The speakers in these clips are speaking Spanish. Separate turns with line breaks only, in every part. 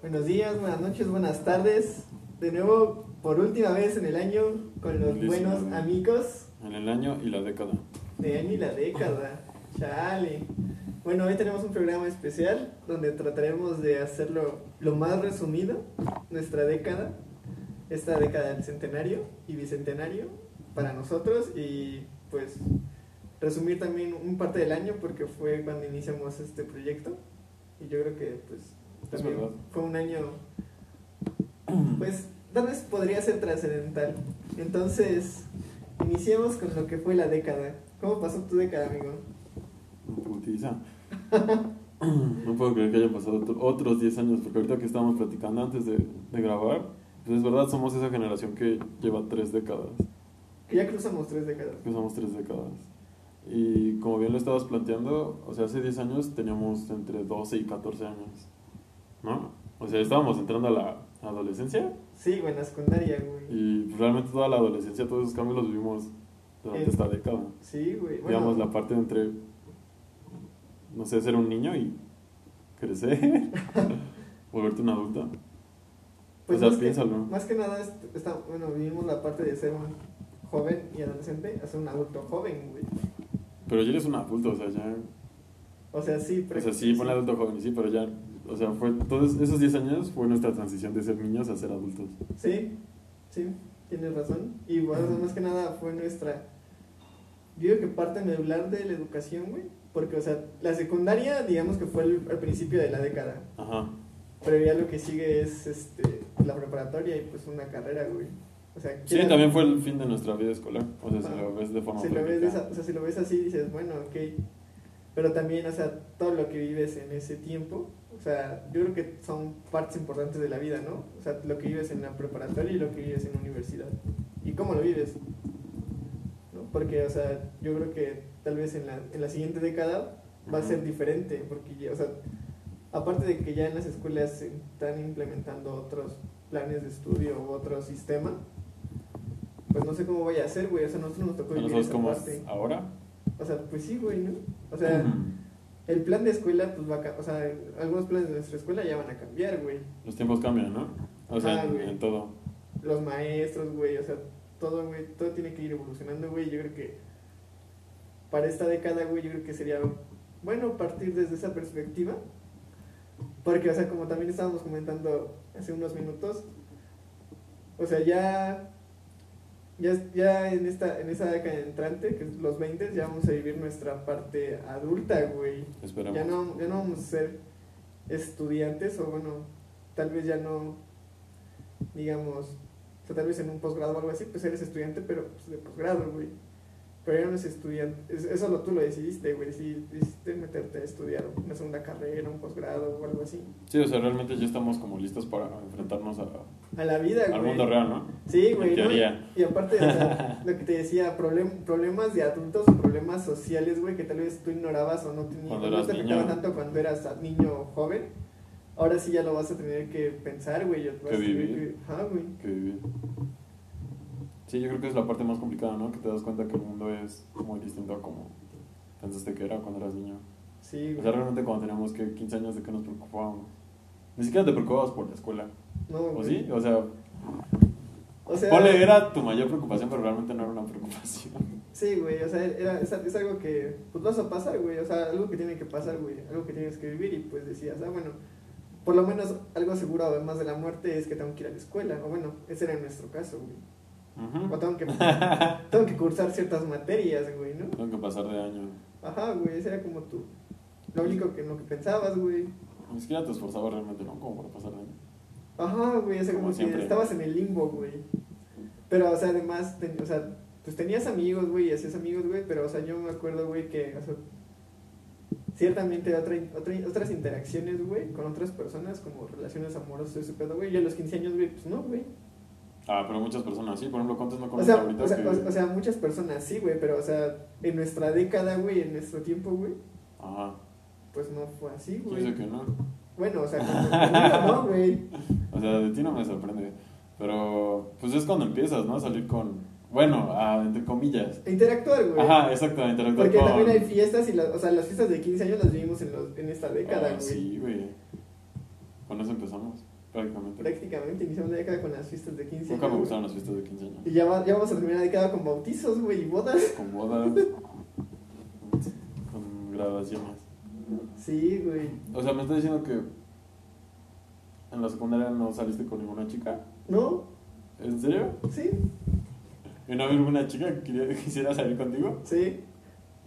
buenos días, buenas noches, buenas tardes. De nuevo, por última vez en el año, con los
Buenísimo,
buenos
güey.
amigos
En el año y la década.
de año y la década. Chale. Bueno, hoy tenemos un programa especial donde trataremos de hacerlo lo más resumido, nuestra década, esta década del centenario y bicentenario para nosotros y pues resumir también un parte del año porque fue cuando iniciamos este proyecto y yo creo que pues también
verdad.
fue un año pues tal vez podría ser trascendental. Entonces, iniciemos con lo que fue la década. ¿Cómo pasó tu década, amigo?
Putiza. No puedo creer que haya pasado otro- otros 10 años, porque ahorita que estábamos platicando antes de, de grabar, pues es verdad, somos esa generación que lleva 3 décadas,
Que ya cruzamos tres décadas.
que somos 3 décadas. Y como bien lo estabas planteando, o sea, hace 10 años teníamos entre 12 y 14 años, ¿no? O sea, estábamos entrando a la adolescencia
Sí, güey, en la secundaria, güey.
y realmente toda la adolescencia, todos esos cambios los vivimos durante
En-
esta década.
Sí, güey. Bueno,
digamos, la parte entre, no sé, ser un niño y crecer, volverte un adulto. o sea,
pues más que-
piénsalo.
más que nada, est- está- bueno, vivimos la parte de ser un joven y adolescente a ser un adulto joven, güey.
Pero ya eres un adulto, o sea, ya,
O sea, sí,
o sea, sí, fue un adulto joven, sí, pero ya, o sea, fue, todos esos 10 años fue nuestra transición de ser niños a ser adultos.
Sí, sí, tienes razón. Y bueno, más que nada fue nuestra. Yo digo que parte medular de la educación, güey. Porque, o sea, la secundaria, digamos que fue el, al principio de la década.
Ajá,
Pero ya lo que sigue es este, la preparatoria y pues una carrera, güey. O sea,
sí,
quieras-
también fue el fin de nuestra vida escolar, o sea, si
Ajá.
lo ves de forma
si lo, ves de
práctica.
esa- o sea, si lo ves así, dices, bueno, ok. Pero también, o sea, todo lo que vives en ese tiempo, o sea, yo creo que son partes importantes de la vida, ¿no? O sea, lo que vives en la preparatoria y lo que vives en la universidad. ¿Y cómo lo vives? ¿No? Porque, o sea, yo creo que tal vez en la, en la siguiente década va a
Ujú.
ser diferente, porque, ya- o sea, aparte de que ya en las escuelas se están implementando otros planes de estudio u otro sistema, pues no sé cómo vaya a ser, güey. O sea, nosotros nos tocó
¿No
vivir
sabes
esa
cómo es
parte.
ahora?
O sea, pues sí, güey, ¿no? O sea, el plan de escuela, pues va a ca- O sea, algunos planes de nuestra escuela ya van a cambiar, güey.
Los tiempos cambian, ¿no? O sea,
Ajá,
en,
Ah, güey.
en todo.
Los maestros, güey, o sea, todo, güey, todo tiene que ir evolucionando, güey. Yo creo que para esta década, güey, yo creo que sería bueno partir desde esa perspectiva. Porque, o sea, como también estábamos comentando hace unos minutos, o sea, ya. Ya, ya en, esta, en esa década entrante, que es los 20, ya vamos a vivir nuestra parte adulta, güey.
Esperemos.
Ya no, ya no vamos a ser estudiantes o bueno, tal vez ya no, digamos, o sea, tal vez en un posgrado o algo así, pues eres estudiante, pero pues, de posgrado, güey. Pero ya no es estudiante, es- eso lo, tú lo decidiste, güey, si decidiste meterte a estudiar una segunda carrera, un posgrado o algo así.
Sí, o sea, realmente ya estamos como listos para enfrentarnos a-
A la vida, güey.
al mundo real, ¿no?
Sí,
En
güey. ¿no?
teoría.
Y aparte, o sea, lo que te decía, problem- problemas de adultos o problemas sociales, güey, que tal vez tú ignorabas o no, tenías,
Cuando
no
eras
te afectaba
niño.
tanto cuando eras ah, niño o joven. Ahora sí ya lo vas a tener que pensar, güey. o vas
Que
a tener
vivir.
que- Ajá, güey.
que vivir. Sí, yo creo que es la parte más complicada, ¿no? Que te das cuenta que el mundo es muy distinto a como pensaste que era cuando eras niño.
Sí,
O sea,
güey.
realmente cuando teníamos que 15 años de que nos preocupábamos. Ni siquiera te preocupabas por la escuela.
No,
¿O
güey.
sí? O sea,
O sea,
¿cuál era tu mayor preocupación? Pero realmente no era una preocupación.
Sí, güey, o sea, era- es, es algo que pues vas a pasar, güey, o sea, algo que tiene que pasar, güey, algo que tienes que vivir y pues decías, ah, bueno, por lo menos algo seguro además de la muerte es que tengo que ir a la escuela, o bueno, ese era nuestro caso, güey.
Ujú.
O tengo que, tengo que cursar ciertas materias, güey, ¿no?
Tengo que pasar de año.
Ajá, güey, ese era como tú, lo único que en lo que pensabas, güey.
Ni siquiera te esforzabas realmente, ¿no? Como para pasar de año.
Ajá, güey, o sea, como,
Como
que
siempre.
estabas en el limbo, güey. Pero, o sea, además, ten- o sea, pues tenías amigos, güey, y hacías amigos, güey, pero, o sea, yo me acuerdo, güey, que, o sea, ciertamente otra, in- otra in- otras interacciones, güey, con otras personas, como relaciones amorosas, ese pedo, güey, yo a los 15 años, güey, pues no, güey.
Ah, pero muchas personas, sí. Por ejemplo, ¿cuántos no
O
conoces
sea,
ahorita?
o, sea,
que-
o- o sea, muchas personas sí, güey, pero, o sea, en nuestra década, güey, en nuestro tiempo, güey,
Ajá.
pues no fue así,
Yo
güey.
sé que no.
Bueno, o sea, como- conmigo no, güey.
O sea, de ti no me sorprende. Pero, pues es cuando empiezas, ¿no? A salir con. Bueno, a- entre comillas.
Interactuar, güey.
Ajá, exacto, a interactuar
Porque
con.
también hay fiestas y las, o sea, las fiestas de 15 años las vivimos en, los, en esta década,
Ah,
güey.
Sí, güey. Ah, Con eso empezamos. prácticamente.
Prácticamente iniciamos la década con las fiestas de 15
Nunca me
años. güey.
gustaron las fiestas de 15 años.
Y ya, va- ya vamos a terminar la década con bautizos, güey, y bodas.
Con bodas, con graduaciones.
Sí, güey.
O sea, me estás diciendo que en la secundaria no saliste con ninguna chica.
¿No?
¿En serio?
Sí,
¿Y no había alguna chica que quería- quisiera salir contigo?
sí.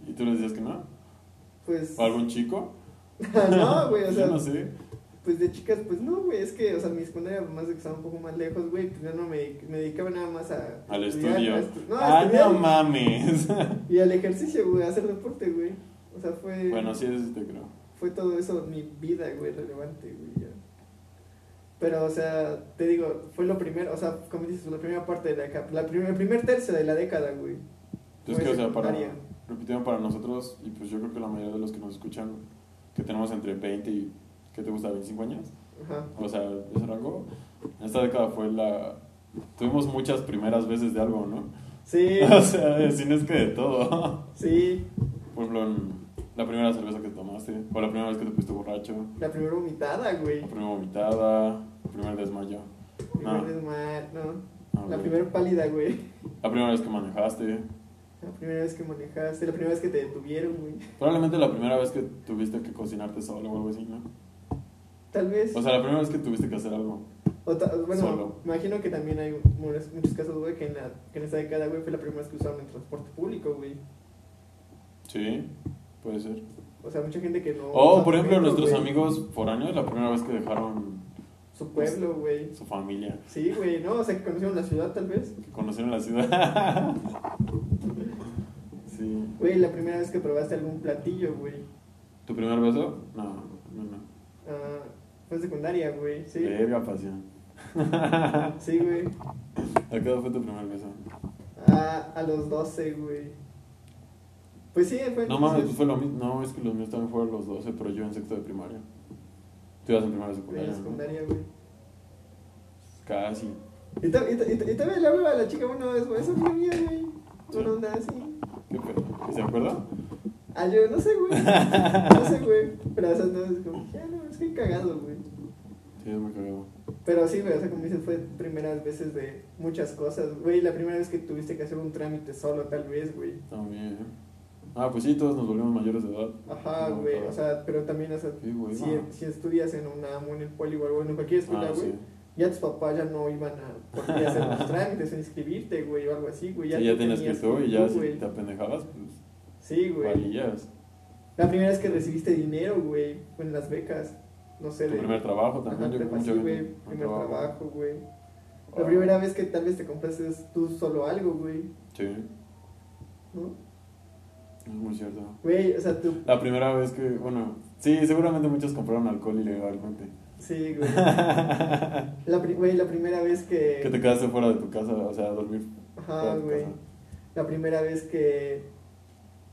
¿Y tú le decías que no?
Pues.
¿O algún chico?
no, güey, o sea.
Yo no sé.
Pues de chicas, pues no, güey, es que, o sea, mi escuela, más de que estaba un poco más lejos, güey, pues yo no me, me dedicaba nada más a...
Al
estudiar,
estudio.
a estu- no, a
¡Ah,
estudiar
no mames!
Y al ejercicio, güey, a hacer deporte, güey. O sea, fue...
bueno, sí, eso sí te creo.
Fue todo eso mi vida, güey, relevante, güey, ya. Pero, o sea, te digo, fue lo primero, o sea, como dices, la primera parte de la década, la prim- el primer tercio de la década, güey.
Entonces, que, o sea, para,
secundaria.
repitieron para nosotros, y pues yo creo que la mayoría de los que nos escuchan, que tenemos entre 20 y, ¿qué te gusta? 25 años.
Ajá.
O sea, ese rango. Esta década fue la... Tuvimos muchas primeras veces de algo, ¿no?
Sí,
O sea, de cine es que de todo.
sí,
Por ejemplo, en la primera cerveza que tomaste, o la primera vez que te pusiste borracho,
la primera vomitada, güey.
la primera vomitada, el primer desmayo,
Primer
No.
desma- no.
Ah,
La
güey.
primera pálida, güey.
la primera vez que manejaste,
La primera vez que manejaste, la primera vez que te detuvieron, güey.
probablemente la primera vez que tuviste que cocinarte solo o algo así, ¿no?
Tal vez.
O sea, la primera vez que tuviste que hacer algo.
O ta- bueno,
solo.
imagino que también hay muchos, muchos casos, güey, que en, la, que en esta década, güey, fue la primera vez que usaron el transporte público, güey.
Sí, puede ser.
O sea, mucha gente que no.
O,
usa
Oh, por ejemplo,
metro,
nuestros
güey.
amigos foráneos, la primera vez que dejaron
Su pueblo, güey.
su familia,
Sí, güey, ¿no? O sea, que conocieron la ciudad, tal vez.
que conocieron la ciudad. sí.
Güey, la primera vez que probaste algún platillo, güey.
¿Tu primer beso? No, no, no.
Ah, fue en secundaria, güey, sí.
Verga, pasión.
Sí, güey.
¿A qué edad fue tu primer beso?
Ah, a los 12, güey. Pues sí, fue.
No mames, pues fue lo mismo. No, es que los míos también fueron los 12, pero yo en sexto de primaria. Tú ibas en primero de
Güey, en la
secundaria.
secundaria,
¿no?
güey.
Casi.
Y, ta- y, ta- y, ta- y también le hablaba a la chica una vez, güey, eso fue mía, güey. Una onda así.
¿Qué pedo? ¿Se acuerda?
Ah, yo no sé, güey. No sé, güey. Pero, o sea, no, es como, ya no, es que cagado, güey.
Sí, es muy cagado.
Pero sí, güey, o sea, como dices, fue primeras veces de muchas cosas, güey. La primera vez que tuviste que hacer un trámite solo, tal vez, güey.
También. Ah, pues sí, todos nos volvimos mayores de edad.
Ajá,
No,
güey.
claro.
O sea, pero también, o sea,
Sí, güey.
si,
va.
si estudias en una en el poli o algo, en cualquier escuela,
Ah,
güey,
sí.
ya tus papás ya no iban a por ti hacer los trámites o inscribirte, güey, o algo así, güey.
Sí, ya
tú
tenías que tú y
tú,
ya si
güey.
te apendejabas, pues
Sí, güey.
valías.
La primera vez que recibiste dinero, güey, fue en las becas. No sé,
Tu primer trabajo
Ajá,
también. yo creo que
prepa, sí,
mucha gente-
güey,
un
primer trabajo, güey. La
Ah,
primera vez que tal vez te compraste tú solo algo, güey,
Sí,
¿no?
es muy cierto.
Güey, o sea, tú...
La primera vez que, bueno, sí, seguramente muchos compraron alcohol ilegalmente.
Sí, güey. La, pri- güey, la primera vez que...
Que te quedaste fuera de tu casa, o sea, a dormir fuera
Ajá,
de tu
Ah, güey.
casa.
La primera vez que...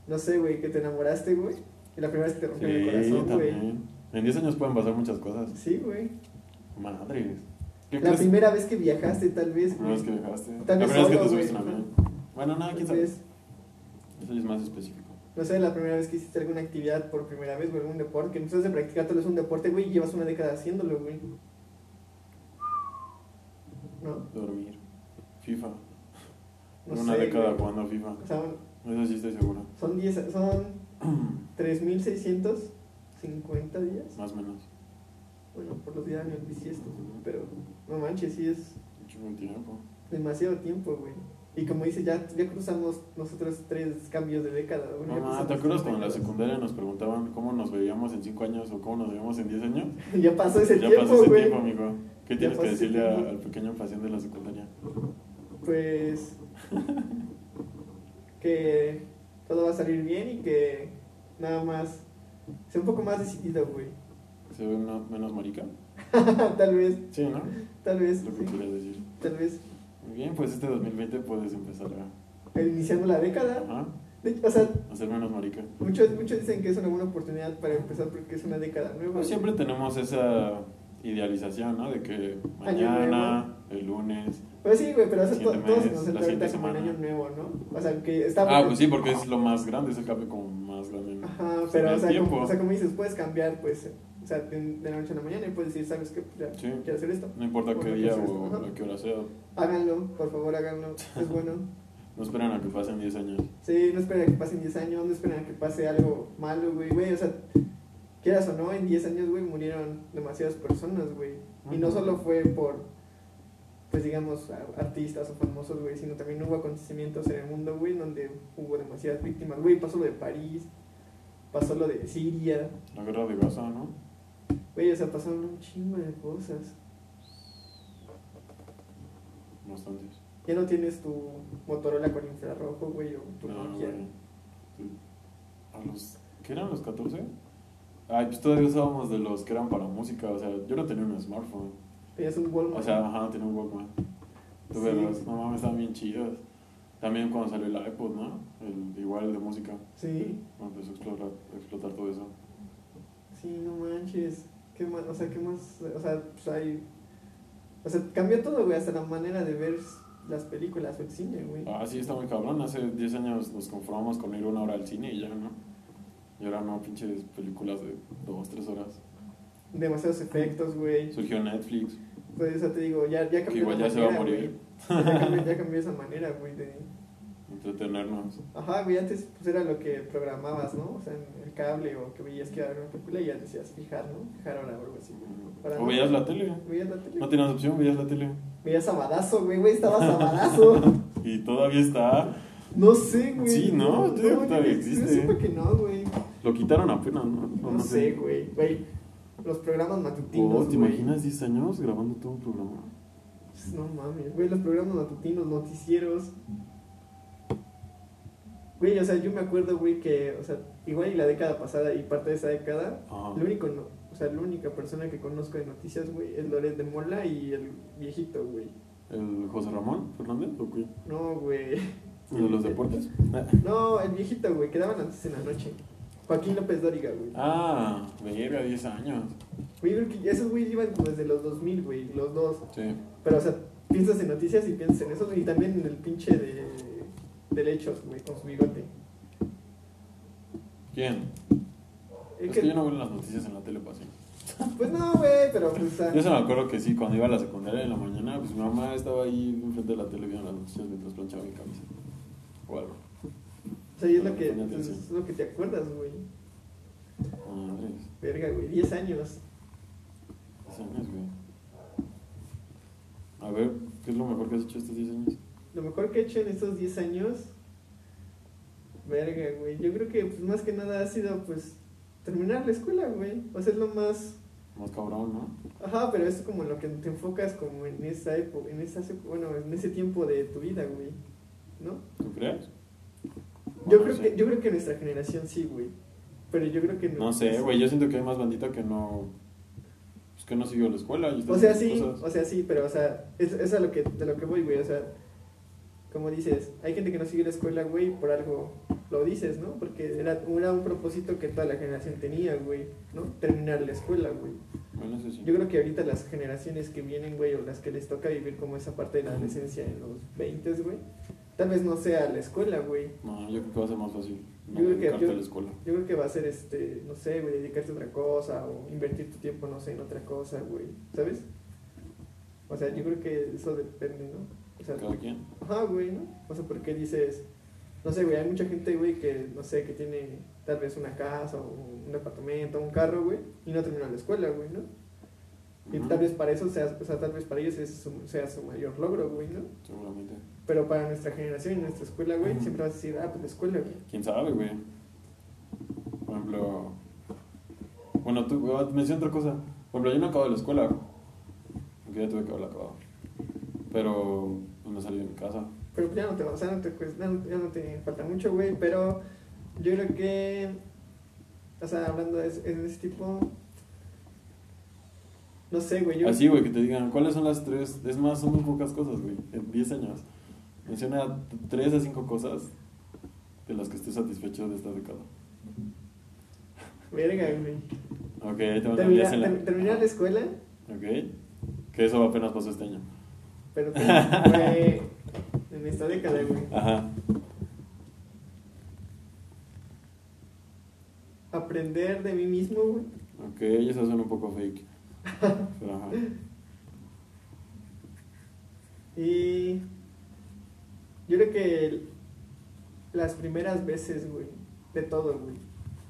No sé, güey, que te enamoraste, güey. Y la primera vez que te rompió el
Sí,
corazón, güey.
también. En 10 años pueden pasar muchas cosas.
Sí, güey.
Madres. ¿Qué
La
crees?
primera vez que viajaste, tal
La
vez,
primera
güey.
vez que viajaste. La
Tal vez
primera vez que te
solo,
subiste a un
güey.
avión. Bueno, nada, quién
Tal
sabe.
vez,
Eso ya es más específico.
No sé, la primera vez que hiciste alguna actividad por primera vez, güey, algún deporte, que empezaste a practicar tal vez un deporte, güey, y llevas una década haciéndolo, güey. No,
Dormir. FIFA.
no
una
sé,
década
güey.
jugando a FIFA.
O sea, un-
Eso sí estoy seguro.
son 10, son 3650 días.
Más o menos.
Bueno, por los 10 años bisiestos, güey, pero no manches, sí es
Mucho buen tiempo.
demasiado tiempo, güey. Y como dice, ya, ya cruzamos nosotros tres cambios de década. güey, ya
Mamá,
cruzamos
¿te acuerdas
tres
cuando en la
décadas?
secundaria nos preguntaban cómo nos veíamos en 5 años o cómo nos veíamos en 10 años?
ya pasó ese
ya
tiempo,
pasó ese
güey.
tiempo, amigo. ¿Qué
Ya
tienes
pasó
que
ese
decirle a-
tiempo.
al pequeño pasión de la secundaria?
Pues que todo va a salir bien y que nada más sea un poco más decidido, güey.
¿Se ve una- menos marica?
tal vez,
Sí, ¿no?
tal vez,
Es lo que
sí,
quería decir.
tal vez.
Muy bien, pues este 2020 puedes empezar a,
Iniciando la década.
ajá,
De hecho, o sea,
a ser menos marica.
muchos, muchos dicen que es una buena oportunidad para empezar porque es una década nueva.
Pues siempre tenemos esa idealización, ¿no? De que mañana, el lunes...
Pues sí, güey, pero eso
Siguiente
to- todo se
mes,
nos
la
centra
siguiente
ahorita como en
semana.
año nuevo, ¿no? O sea, que está...
Ah, pues sí, porque es lo más grande, es el cambio como más grande. en-
Ajá,
en
pero
el
o sea,
tiempo.
como, o sea, como dices, puedes cambiar, pues, O sea, de, de la noche a la mañana y puedes decir, ¿sabes qué? Pues ya,
Sí.
quiero hacer esto.
No importa
Por
qué
lo que
día
sea,
o
ajá.
lo que hora sea.
Háganlo, por favor, háganlo. Es bueno.
No esperan a que pasen 10 años.
Sí, no esperen a que pasen 10 años, no esperen a que pase algo malo, güey, güey, o sea, quieras o no, en 10 años, güey, murieron demasiadas personas, güey. Y no
Ujú.
solo fue por, pues digamos, a- artistas o famosos, güey, sino también hubo acontecimientos en el mundo, güey, en donde hubo demasiadas víctimas, güey, pasó lo de París, pasó lo de Siria,
La guerra de Gaza, ¿no?
güey, o sea, pasaron un chingo de cosas.
Bastantes.
Ya no tienes tu Motorola con infrarrojo, güey, o tu
No,
Nokia.
güey. A los. ¿Qué eran los 14? Ay, pues todavía usábamos de los que eran para música. O sea, yo no tenía un smartphone.
Tenías un Walmart.
O sea, ajá, tenía un Walkman. Tuve
Sí.
dos. No mames, estaban bien chidas. También cuando salió el iPod, ¿no? El, igual el de música.
sí.
Me empezó a explorar, a explotar todo eso.
Sí, no manches. ¿Qué más? O sea, ¿qué más? O sea, pues hay... O sea, cambió todo, güey, hasta la manera de ver s- las películas o el cine, güey.
Ah, sí, está muy cabrón. Hace 10 años nos conformamos con ir una hora al cine y ya, ¿no? Y ahora no, pinches películas de 2, 3 horas.
Demasiados efectos, güey.
Surgió Netflix,
Entonces, o sea, te digo, ya, ya
que
cambió
igual
la
ya se va a
manera,
morir.
güey. Ya cambió, ya cambió esa manera, güey, de...
Entretenernos.
Ajá, güey, antes pues era lo que programabas, ¿no? O sea, en el cable o que veías que iba a haber una película y ya decías fijar, ¿no? Fijar ahora o algo así. Para
O
no-
veías la tele.
Veías la tele.
No tenías opción, veías la tele.
Veías Sabadazo, güey, güey, estaba Sabadazo.
Y todavía está.
No sé, güey.
Sí, ¿no? Yo digo que todavía
yo-
existe.
Yo supe que no, güey.
Lo quitaron apenas, ¿no? O
No sé, güey. Güey, los programas
Oh,
matutinos,
¿Te
güey. Pues,
imaginas 10 años grabando todo un programa?
No mames, güey, los programas matutinos, noticieros. Güey, o sea, yo me acuerdo, güey, que, o sea, igual y la década pasada y parte de esa década,
Ajá.
lo único, no, o sea, la única persona que conozco de noticias, güey, es Loret de Mola y el viejito, güey.
¿El José Ramón Fernández o qué?
No, güey.
¿El de los deportes?
No, el viejito, güey, quedaban antes en la noche. Joaquín López Dóriga, güey.
Ah, verga, 10 años.
Güey, yo creo que esos güeyes iban como desde los 2000, güey, los dos.
Sí.
Pero, o sea, piensas en noticias y piensas en eso, y también en el pinche de, de Lechos, güey, con su bigote.
¿Quién?
Es
Es
que-
que yo no veo las noticias en la tele, pues, sí.
Pues no, güey, pero pues, o sea,
Yo se me acuerdo que sí, cuando iba a la secundaria en la mañana, pues mi mamá estaba ahí enfrente de la tele viendo las noticias mientras planchaba mi camisa. O algo.
o sea, y es lo que,
Ponía
pues,
atención.
es lo que te acuerdas, güey.
Madres,
Verga, güey, 10 años.
10 años, güey. A ver, ¿qué es lo mejor que has hecho estos 10 años?
Lo mejor que he hecho en estos 10 años, verga, güey. Yo creo que, pues, más que nada ha sido, pues, terminar la escuela, güey. O sea, es lo más
Más cabrón, ¿no?
Ajá, pero es como lo que te enfocas como en esa época, en esa, sep- bueno, en ese tiempo de tu vida, güey. ¿No?
¿Tú crees?
Yo
Bueno,
creo
sí.
que yo creo que nuestra generación sí, güey. Pero yo creo que
No sé, güey, yo siento que hay más bandita que no. Pues que no siguió la escuela. Y está
O sea, sí,
haciendo cosas.
o sea, sí, pero o sea, es, es a lo que de lo que voy, güey, o sea, como dices, hay gente que no sigue la escuela, güey, por algo lo dices, ¿no? Porque era, era un propósito que toda la generación tenía, güey, ¿no? Terminar la escuela, güey.
Bueno, eso sí.
Yo creo que ahorita las generaciones que vienen, güey, o las que les toca vivir como esa parte de la adolescencia en los 20, güey, tal vez no sea la escuela, güey.
No, yo creo que va a ser más fácil. No
Yo creo que
dedicarte
yo-
a la escuela.
Yo creo que va a ser, este, no sé, güey, dedicarte a otra cosa o invertir tu tiempo, no sé, en otra cosa, güey, ¿sabes? O sea, yo creo que eso depende, ¿no? O sea,
Cada quien.
ajá, güey, ¿no? O sea, porque dices, no sé, güey, hay mucha gente, güey, que, no sé, que tiene tal vez una casa o un departamento, un carro, güey, y no termina la escuela, güey, ¿no? Y
Ujú,
tal vez para eso sea, o sea, tal vez para ellos ese su- sea su mayor logro, güey, ¿no?
Seguramente.
Pero para nuestra generación y nuestra escuela, güey,
Ujú.
siempre vas a decir, ah, pues la escuela, güey.
¿Quién sabe, güey? Por ejemplo... Bueno, tú, güey, menciona otra cosa. Por ejemplo, yo no acabo la escuela. Aunque ya tuve que haberla acabado. Pero pues, me salí de mi casa.
Pero pues ya no te, o sea, no te, cuesta- ya no- ya no te falta mucho, güey, pero yo creo que, o sea, hablando de, ese- en ese tipo, no sé, güey, yo...
Así, güey, que te digan, ¿cuáles son las tres? Es más, son muy pocas cosas, güey. En 10 años. Menciona t- tres a cinco cosas de las que estés satisfecho de esta década.
Verga, güey.
Ok, ahí te van
Termina-
a enviar la...
ter- terminar la escuela,
Ok. Que eso apenas pasó este año.
pero te- güey, en esta década, güey.
Ajá.
Aprender de mí mismo, güey.
Ok. Ok, ellos hacen un poco fake. Pero ajá.
Y yo creo que el- las primeras veces, güey, de todo, güey.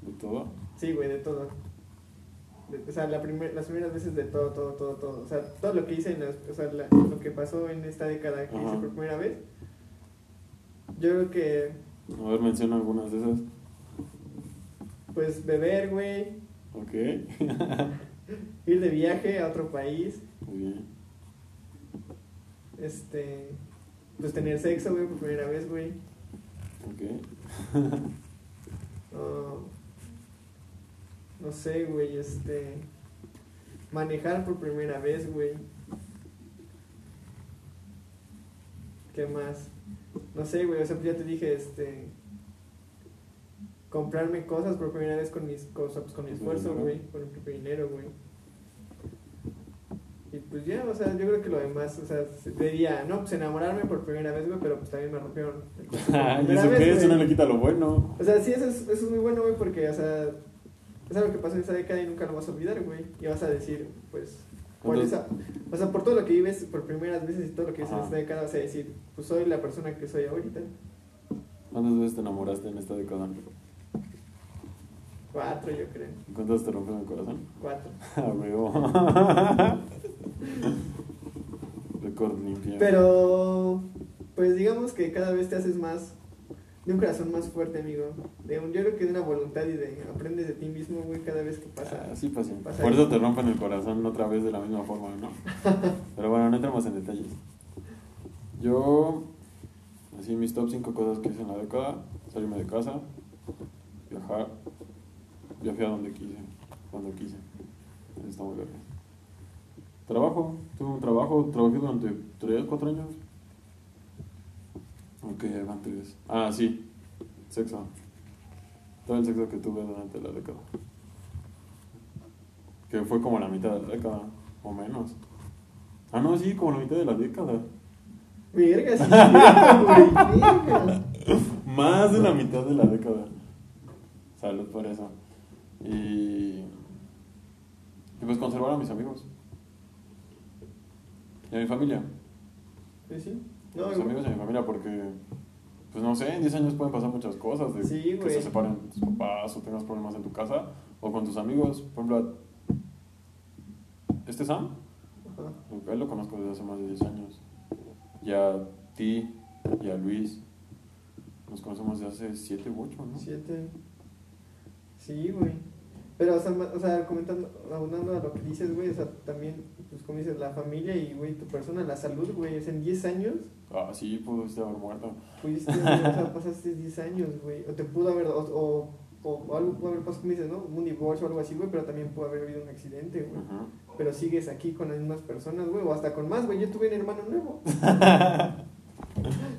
De todo.
Sí, güey, de todo. De- o sea, la primer- las primeras veces de todo, todo, todo, todo. O sea, todo lo que hice, en las- o sea, la- lo que pasó en esta década que hice
Ajá.
por primera vez. Yo creo que,
A ver, menciona algunas de esas.
pues, beber, güey,
Ok. Muy
ir de viaje a otro país,
bien.
este, pues tener sexo, güey, por primera vez, güey.
Ok.
Ah, no sé, güey, este. Manejar por primera vez, güey. ¿Qué más? No sé, güey, o sea, ya te dije, este. Comprarme cosas por primera vez con mis cosas, pues, con mi
Con tu
esfuerzo,
dinero.
güey, con mi propio dinero, güey. Y pues ya, o sea, yo creo que lo demás, o sea, se- diría, no, pues enamorarme por primera vez, güey, pero pues también me rompieron. el corazón por
¿Y
primera
eso
vez,
qué? Eso no
güey.
le quita lo bueno.
O sea, sí, eso es, eso es muy bueno, güey, porque, o sea, es algo que pasó en esa década y nunca lo vas a olvidar, güey. Y vas a decir, pues, por
Entonces-
esa, o sea, por todo lo que vives por primeras veces y todo lo que vives en
Ajá.
esta década, vas a decir, pues soy la persona que soy ahorita.
¿Cuántas veces te enamoraste en esta década?
Cuatro, yo creo.
¿Y ¿Cuántas te rompieron el corazón?
Cuatro.
Ah, huevo. Record limpio.
Pero, pues digamos que cada vez te haces más, de un corazón más fuerte, amigo. De un, yo creo que de una voluntad y de aprendes de ti mismo, güey, cada vez que pasa.
Ah, sí, pasa.
pasa
Por
eso.
eso te rompen el corazón otra vez de la misma forma, ¿no? Pero bueno, no entremos en detalles. Yo, así mis top 5 cosas que hice en la década, salirme de casa, viajar, viajé a donde quise, cuando quise. Eso Está muy bien. Trabajo, tuve un trabajo, trabajé durante 3, 4 años. Ok, ahí van 3. Ah, sí, sexo. Todo el sexo que tuve durante la década. Que fue como la mitad de la década, o menos. Ah, no, sí, como la mitad de la década.
Verga, sí, es cierto, güey, verga.
Más de la mitad de la década. Salud por eso. Y. Y pues conservar a mis amigos. Y a mi familia.
Pues sí.
a
No,
mis
güey.
amigos y a mi familia, porque. Pues no sé, en 10 años pueden pasar muchas cosas. De
Sí,
que
güey.
se separen tus papás o tengas problemas en tu casa o con tus amigos. Por ejemplo, a- este Sam,
Ajá.
a él lo conozco desde hace más de 10 años. Y a ti y a Luis. Nos conocemos desde hace 7 u 8, ¿no?
Siete. Sí, güey. Pero, o sea, ma- o sea, comentando, abundando a lo que dices, güey, o sea, también, pues como dices, la familia y, güey, tu persona, la salud, güey, o sea, en 10 años
Ah, sí, pudiste haber muerto.
pudiste, güey, o sea, pasaste 10 años, güey, o te pudo haber, o, o, o algo pudo haber pasado, como dices, ¿no? Un divorcio o algo así, güey, pero también pudo haber habido un accidente, güey.
Ajá.
Pero sigues aquí con las mismas personas, güey, o hasta con más, güey, yo tuve un hermano nuevo.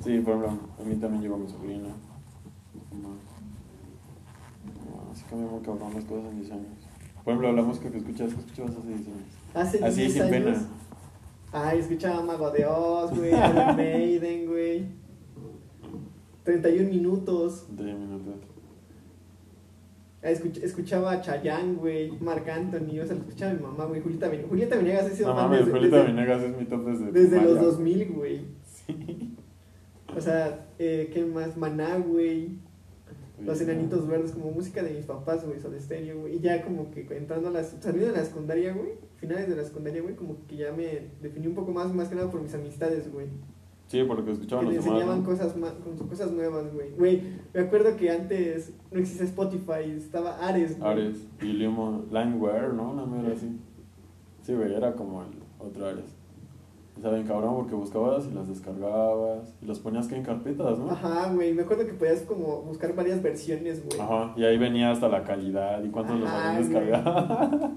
Sí, por ejemplo, a mí también llegó mi sobrina. No. No, así cambian muy cabrón las cosas en 10 años. Por ejemplo, la música que escuchas, ¿qué escuchabas hace 10 años?
Hace 10
Así, sin
años.
pena.
Ay, escuchaba Mago de Oz, güey, Iron Maiden, güey. 31 minutos.
10 minutos.
Escuch- escuchaba a Chayanne, güey, Marc Anthony, o sea, lo escuchaba mi mamá, güey, Julieta Venegas. Julieta Venegas ha sido
No
fan
mames,
desde,
Julieta
desde-
Venegas es mi top desde.
desde los
primaria.
2000, güey.
Sí.
O sea, eh, ¿qué más? Maná, güey, Los
Sí.
Enanitos Verdes, como música de mis papás, güey, Soda Stereo, güey. Y ya como que entrando a las... saliendo de la secundaria, güey, finales de la secundaria, güey, como que ya me definí un poco más, más que nada por mis amistades, güey.
Sí, por lo que
Que
escuchaban
le
los demás.
enseñaban
¿no?
cosas, ma- con- cosas nuevas, güey. Güey, me acuerdo que antes no existía Spotify, estaba Ares, güey.
Ares y Limon Langware, ¿no? Una mierda así. Sí, güey, era como el otro Ares. Saben, cabrón, porque buscabas y las descargabas y las ponías que en carpetas, ¿no?
Ajá, güey, me acuerdo que podías como buscar varias versiones, güey.
Ajá, y ahí venía hasta la calidad y cuántos los
Ajá,
habían descargado.
Ah,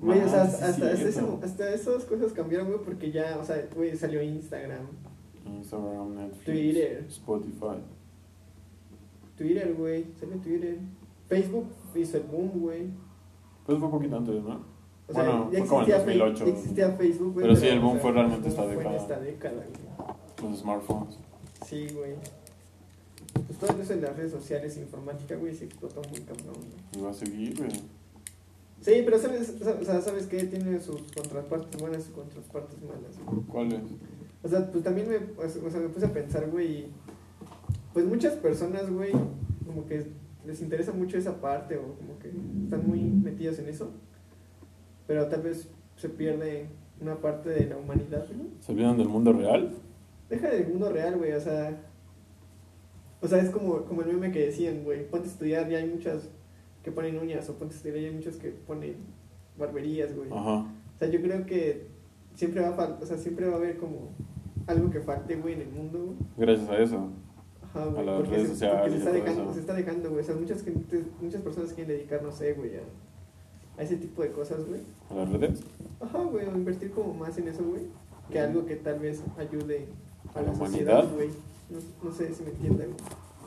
Güey, o sea,
Mamá, Ah, sí
hasta, este
es
hasta,
cierto.
ese mo- hasta esas cosas cambiaron, güey, porque ya, o sea, güey, salió Instagram,
Instagram, Netflix,
Twitter.
Spotify.
Twitter, güey, salió Twitter. Facebook hizo el boom, güey.
Pues fue un poquito antes, ¿no?
O sea,
Bueno,
ya
fue como en
existía, Fe-
2008.
ya existía Facebook, güey.
Pero sí, el boom fue
o
realmente
el boom
esta
fue en
década.
esta década, güey.
Los smartphones.
Sí, güey. Pues todo eso en las redes sociales, informática, güey, se explotó muy cabrón, güey.
Y va a seguir, güey.
Sí, pero sabes, o sea, sabes que tiene sus contrapartes buenas y sus contrapartes malas. güey.
¿Cuál es?
O sea, pues también me, o sea, me puse a pensar, güey, y, pues muchas personas, güey, como que les interesa mucho esa parte o como que están muy metidas en eso, pero tal vez se pierde una parte de la humanidad, ¿no?
¿Se olvidan del mundo real?
Deja del mundo real, güey, o sea. O sea, es como, como el meme que decían, güey, ponte a estudiar, ya hay muchas que ponen uñas, o ponte a estudiar, ya hay muchas que ponen barberías, güey. O
Ajá.
sea, yo creo que siempre va a fal- o sea, siempre va a haber como algo que falte, güey, en el mundo, güey.
Gracias a eso.
Ajá,
A
güey.
las
porque
redes
se-
sociales
porque se
y
está
todo
dejando,
eso.
se está dejando, güey. O sea, muchas, gente- muchas personas quieren dedicar, no sé, güey, a, a ese tipo de cosas, güey.
¿A las redes?
Ajá, güey, o invertir como más en eso, güey. Que algo que tal vez ayude a
¿A
la
la
sociedad,
humanidad?
güey. No, no sé si me entiende, güey.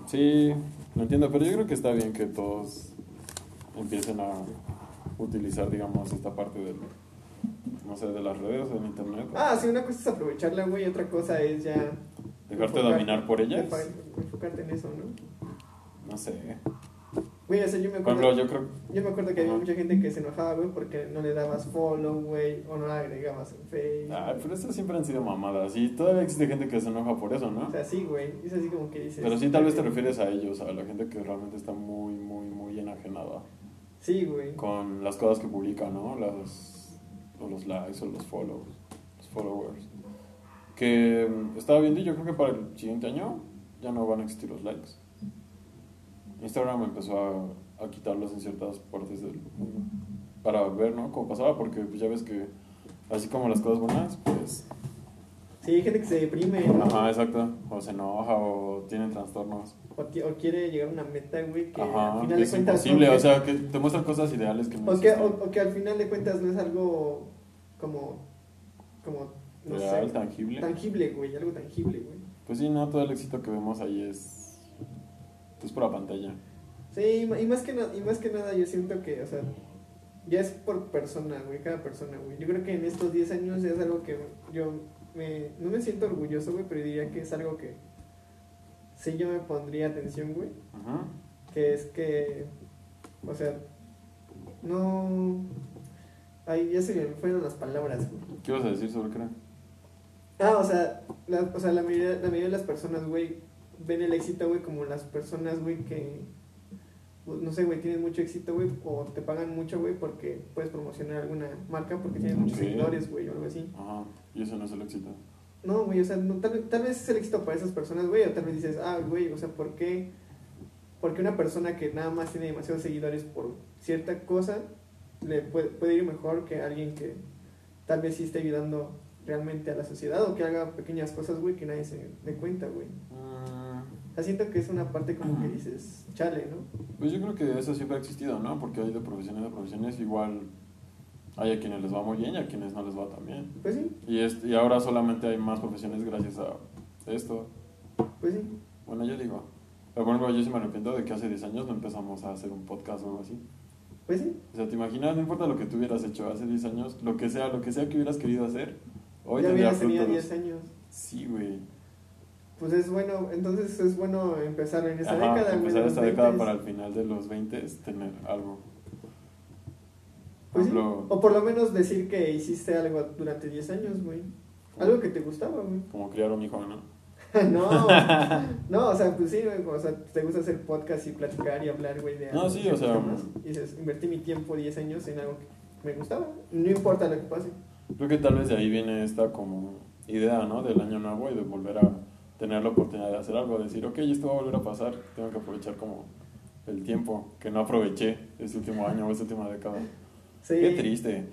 Sí, lo entiendo, pero yo creo que está bien que todos empiecen a utilizar, digamos, esta parte del, no sé, de las redes o del internet.
Ah, sí, una cosa es aprovecharla, güey, y otra cosa es ya...
Dejarte
enfocar-
dominar por ellas.
enfa- Enfocarte en eso, ¿no?
No sé.
Güey, o sea, yo me
Por ejemplo,
acuerdo...
yo creo
Yo me acuerdo que había
Ajá.
mucha gente que se enojaba, güey, porque no le dabas follow, güey, o no la agregabas en Facebook.
Ay, pero estas siempre han sido mamadas y todavía existe gente que se enoja por eso, ¿no?
O sea, sí, güey, es así como que dices...
Pero sí, tal vez te refieres a ellos, a la gente que realmente está muy, muy, muy enajenada
Sí, güey.
con las cosas que publican, ¿no? Las, o los likes o los follows, los followers. Que mm, estaba viendo y yo creo que para el siguiente año ya no van a existir los likes. Instagram empezó a, a quitarlos en ciertas partes del mundo para ver, ¿no? Cómo pasaba, porque pues, ya ves que así como las cosas buenas, pues
Sí, hay gente que se deprime, ¿no?
Ajá, exacto. O se enoja o tiene trastornos.
O, qui- o quiere llegar a una meta, güey, que al
Ajá,
final
que
de
es
cuentas...
imposible.
no,
O
que-
sea, que te muestran cosas ideales que no
O que,
existen.
o- o que al final de cuentas no es algo como... Como... No
Real,
sé.
tangible.
Tangible, güey, algo tangible, güey.
Pues sí, no, todo el éxito que vemos ahí es. Es por la pantalla.
Sí, y ma- y más, que na- y más que nada yo siento que, o sea, ya es por persona, güey, cada persona, güey. Yo creo que en estos 10 años es algo que yo me, no me siento orgulloso, güey, pero diría que es algo que sí yo me pondría atención, güey.
Ajá.
Que es que, o sea, no... Ay, ya se me fueron las palabras, güey.
¿Qué ibas a decir sobre qué?
Ah, o sea, la, o sea, la mayoría, la mayoría de las personas, güey, ven el éxito, güey, como las personas, güey, que, pues, no sé, güey, tienen mucho éxito, güey, o te pagan mucho, güey, porque puedes promocionar alguna marca porque tienes muchos
Ok.
seguidores, güey, o algo así.
Ajá. Y eso no es el éxito.
No, güey, o sea, no, tal, tal vez es el éxito para esas personas, güey, o tal vez dices, ah, güey, o sea, ¿por qué? Porque una persona que nada más tiene demasiados seguidores por cierta cosa le puede, puede ir mejor que alguien que tal vez sí esté ayudando realmente a la sociedad o que haga pequeñas cosas, güey, que nadie se dé cuenta, güey. O sea, siento que es una parte como que dices, chale, ¿no?
Pues yo creo que eso siempre ha existido, ¿no? Porque hay de profesiones a profesiones. Igual hay a quienes les va muy bien y a quienes no les va tan bien.
Pues sí,
Y, es- y ahora solamente hay más profesiones gracias a esto.
pues sí.
Bueno, yo digo. Pero por ejemplo, yo sí me arrepiento de que hace 10 años no empezamos a hacer un podcast o algo así.
Pues sí,
O sea, te imaginas, no importa lo que tú hubieras hecho hace 10 años, lo que sea, lo que sea que hubieras querido hacer, hoy
ya
tendría
hubieras tenido
frutos.
10 años.
Sí, güey.
Pues es bueno, entonces es bueno empezar en esta
Ajá,
década, güey.
empezar
de los
esta década
20s.
para el final de los 20 es tener algo. Por
Pues sí,
ejemplo,
O por lo menos decir que hiciste algo durante 10 años, güey. Algo que te gustaba, güey.
como criar un hijo, ¿no?
no, no, o sea, pues sí, güey. O sea, te gusta hacer podcast y platicar y hablar, güey, de
No,
algo
sí,
que
o
te
sea,
gusta más. Y dices, invertí mi tiempo 10 años en algo que me gustaba. No importa lo que pase.
Creo que tal vez de ahí viene esta como idea, ¿no? Del año nuevo y de volver a tener la oportunidad de hacer algo, decir, ok, esto va a volver a pasar, tengo que aprovechar como el tiempo que no aproveché este último año o esta última década.
Sí.
Qué triste.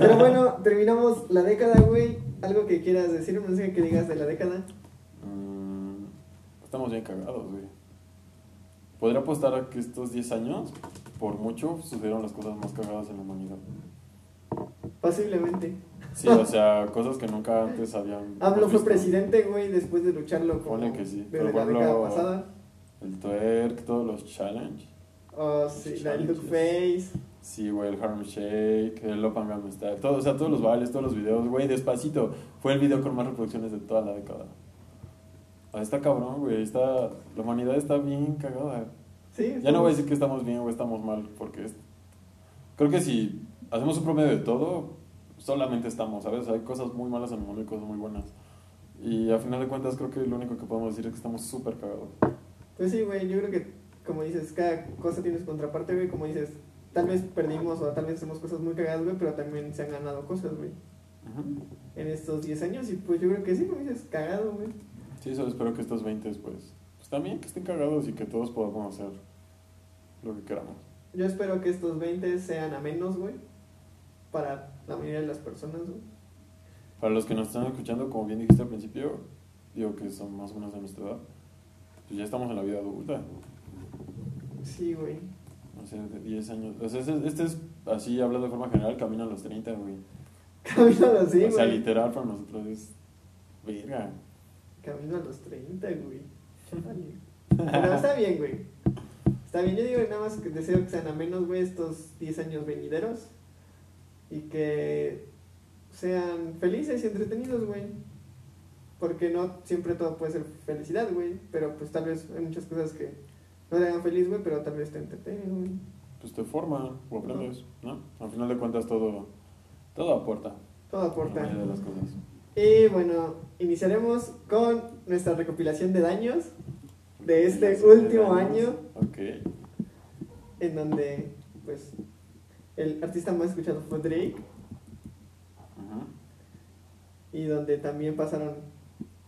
Pero bueno, terminamos la década, güey. Algo que quieras decir, un mensaje que digas de la década.
Mm, estamos bien cagados, güey. Podría apostar a que estos 10 años, por mucho, sucedieron las cosas más cagadas en la humanidad.
Posiblemente.
Sí, o sea, cosas que nunca antes habían.
AMLO Ah, fue
visto.
presidente, güey, después de lucharlo como
Pone que sí,
desde
pero
la década
AMLO-
pasada.
El twerk, todos los challenge.
Oh, sí, la
Challenges.
look face.
Sí, güey, el Harlem Shake, el Open Gangnam Style, todo, o sea, todos los bailes, todos los videos, güey, despacito. Fue el video con más reproducciones de toda la década. O sea, está cabrón, güey, está, la humanidad está bien cagada.
Sí.
Ya no voy a decir que estamos bien o estamos mal, porque es- Creo que si hacemos un promedio de todo, solamente estamos, ¿sabes? Hay cosas muy malas en el mundo y cosas muy buenas. Y a final de cuentas, creo que lo único que podemos decir es que estamos súper cagados.
Pues sí, güey, yo creo que, como dices, cada cosa tiene su contraparte, güey. Como dices, tal vez perdimos o tal vez hacemos cosas muy cagadas, güey, pero también se han ganado cosas, güey,
Ajá.
en estos 10 años. Y pues yo creo que sí, como dices, cagado, güey.
Sí, solo espero que estos 20 pues, pues también que estén cagados y que todos podamos hacer lo que queramos.
Yo espero que estos 20 sean a menos, güey, para la mayoría de las personas, güey.
Para los que nos están escuchando, como bien dijiste al principio, digo que son más o menos de nuestra edad, pues ya estamos en la vida adulta.
Sí, güey.
O sea, de 10 años. O sea, este, este es, así hablando de forma general, camino a los 30, güey.
Camino a los Ah, sí,
o sea,
güey.
literal para nosotros es. Verga.
Camino a los 30, güey. Vale. Pero está bien, güey. Está bien, yo digo que nada más que deseo que sean a menos, güey, estos 10 años venideros. Y que sean felices y entretenidos, güey. Porque no siempre todo puede ser felicidad, güey. Pero pues tal vez hay muchas cosas que no te hagan feliz, güey, pero tal vez te entretengan, güey.
Pues te forman o aprendes, ¿no? Al final de cuentas, todo, todo aporta.
Todo aporta.
La mayoría de las cosas.
Y bueno, iniciaremos con nuestra recopilación de daños de este último año,
Ok.
en donde pues el artista más escuchado fue Drake
Ajá.
y donde también pasaron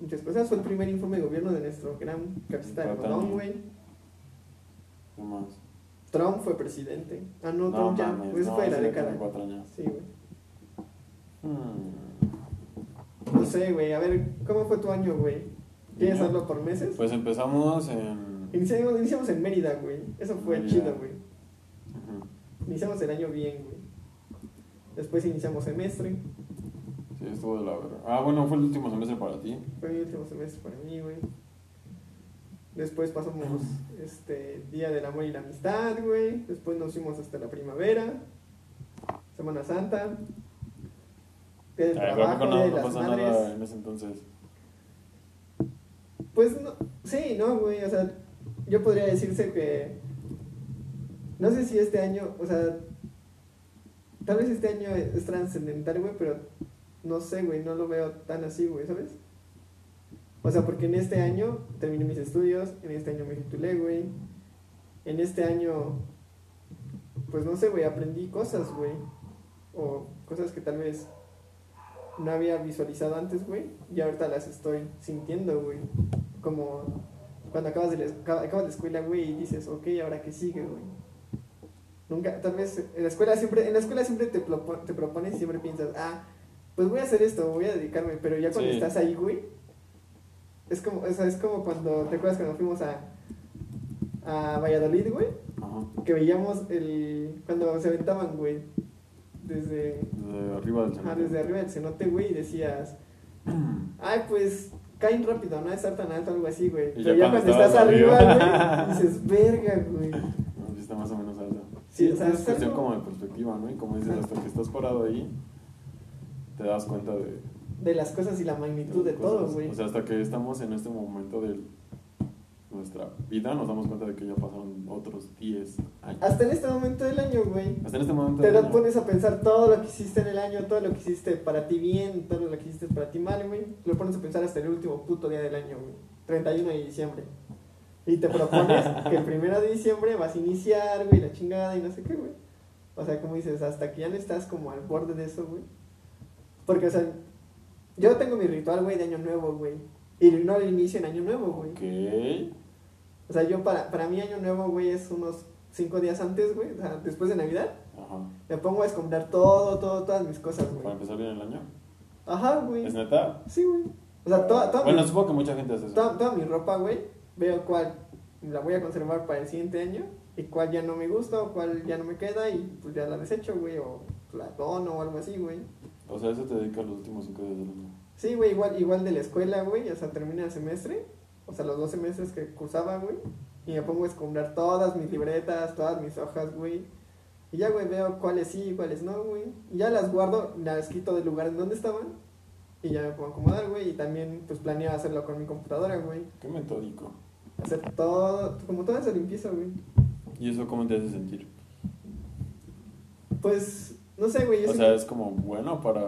muchas cosas. Fue el primer informe de gobierno de nuestro gran capista de
Patán.
algodón, güey.
¿Qué más?
Trump fue presidente. Ah, no, Trump ya,
mames,
eso
no,
fue de la
ese ya
década.
tiene cuatro años.
Sí, güey.
Hmm.
No sé, güey, a ver, ¿cómo fue tu año, güey? ¿Quieres
Yo-
hacerlo por meses?
Pues empezamos en.
Iniciamos, iniciamos en Mérida, güey. Eso fue
Mérida.
chido, güey.
Ujú.
Iniciamos el año bien, güey. Después iniciamos semestre.
Sí, estuvo de la verga. Ah, bueno, fue el último semestre para ti.
Fue mi último semestre para mí, güey. Después pasamos este Día del Amor y la Amistad, güey. Después nos fuimos hasta la primavera. Semana Santa. Día del
Ay, pero ¿a
Trabajo,
poco
Día
no,
de
no
las
pasa
Madres.
nada en ese entonces.
Pues no, sí, no, güey, o sea, yo podría decirse que no sé si este año, o sea, tal vez este año es, es trascendental, güey, pero no sé, güey, no lo veo tan así, güey, ¿sabes? O sea, porque en este año terminé mis estudios, en este año me titulé, güey. En este año pues no sé, güey, aprendí cosas, güey. O cosas que tal vez no había visualizado antes, güey. Y ahorita las estoy sintiendo, güey. Como cuando acabas de la, escu- acabas la escuela, güey, y dices, ok, ahora qué sigue, güey. Nunca, tal vez en la escuela siempre, en la escuela siempre te, propo- te propones y siempre piensas, ah, pues voy a hacer esto, voy a dedicarme. Pero ya cuando
Sí.
estás ahí, güey, es como, o sea, es como cuando, ¿te acuerdas cuando fuimos a, a Valladolid, güey?
Ajá.
que veíamos el cuando se aventaban, güey. Desde,
Desde arriba del
ah,
semestre.
desde arriba del cenote, güey, y decías, ay, pues caen rápido, no estar tan alto, algo así, güey.
Y
Pero
ya
ya
cuando
cuando estás
estabas
arriba,
arriba.
güey, dices, verga, güey.
No, sí está más o menos alta.
Sí,
Sí,
o sea,
es
está
cuestión
como-
como de perspectiva, ¿no? Y como dices, hasta que estás parado ahí, te das cuenta de...
De las cosas y la magnitud de
cosas.
todo, güey.
O sea, hasta que estamos en este momento de nuestra vida, nos damos cuenta de que ya pasaron otros 10 años.
Hasta en este momento del año, güey.
Hasta en este momento...
Te
del
lo
año.
pones a pensar todo lo que hiciste en el año, todo lo que hiciste para ti bien, todo lo que hiciste para ti mal, güey. Lo pones a pensar hasta el último puto día del año, güey. 31 de diciembre. Y te propones que el primero de diciembre vas a iniciar, güey, la chingada y no sé qué, güey. O sea, como dices, hasta que ya no estás como al borde de eso, güey. Porque, o sea, yo tengo mi ritual, güey, de año nuevo, güey. Y no lo inicio en año nuevo, güey.
Ok.
O sea, yo para, para mí año nuevo, güey, es unos cinco días antes, güey. O sea, después de Navidad.
Ajá.
Me pongo a escombrar todo, todo, todas mis cosas,
Para
güey.
empezar bien el año.
Ajá, güey.
¿Es neta?
Sí, güey. O sea, toda, toda,
bueno,
mi,
supongo que mucha gente hace eso.
toda, toda mi ropa, güey, veo cuál la voy a conservar para el siguiente año y cuál ya no me gusta o cuál ya no me queda y pues ya la desecho, güey, o la dono o algo así, güey.
O sea, eso te dedica a los últimos 5 días del año.
Sí, güey, igual, igual de la escuela, güey, o sea, termina el semestre, o sea, los dos semestres que cursaba, güey, y me pongo a escombrar todas mis libretas, todas mis hojas, güey. Y ya, güey, veo cuáles sí, cuáles no, güey. Y ya las guardo, las quito del lugar en donde estaban, y ya me pongo a acomodar, güey, y también, pues, planeo hacerlo con mi computadora, güey.
Qué metódico.
Hacer todo, como toda esa limpieza, güey.
¿Y eso cómo te hace sentir?
Pues, no sé, güey. yo
O
sé
sea,
que-
es como bueno para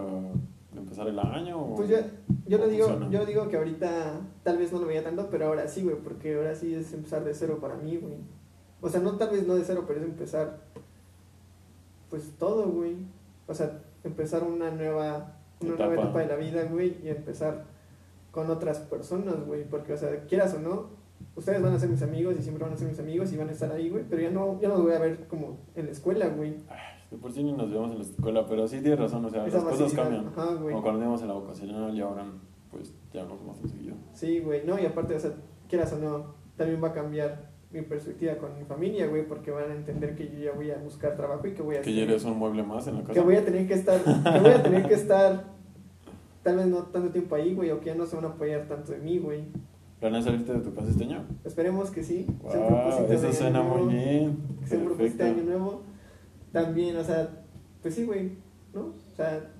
empezar el año. o-
Pues yo, yo lo
¿Cómo
digo,
funciona?
yo lo digo que ahorita tal vez no lo veía tanto, pero ahora sí, güey, porque ahora sí es empezar de cero para mí, güey. O sea, no tal vez no de cero, pero es empezar pues todo, güey. O sea, empezar una nueva una nueva
Etapa.
etapa de la vida, güey, y empezar con otras personas, güey, porque o sea, quieras o no, ustedes van a ser mis amigos y siempre van a ser mis amigos y van a estar ahí, güey, pero ya no ya no los voy a ver como en la escuela, güey.
De por sí ni nos vemos en la escuela, pero sí tienes razón, o sea,
Esa
las cosas
facilidad,
cambian.
Ajá, güey.
Como cuando íbamos en la vocacional y ahora, pues ya nos vemos tan seguido.
Sí, güey, no, y aparte, o sea, quieras o no, también va a cambiar mi perspectiva con mi familia, güey, porque van a entender que yo ya voy a buscar trabajo y que voy a
Que ya eres un mueble más en la casa.
que voy a tener que estar, que voy a tener que estar tal vez no tanto tiempo ahí, güey, o que ya no se van a apoyar tanto de mí, güey.
¿Planeas salirte de tu casa este año?
Esperemos que sí. sea un
Wow,
propósito de
eso
año
suena
nuevo,
muy bien.
que sea un propósito de año
Perfecto.
nuevo. También, o sea, pues sí, güey, ¿no? O sea,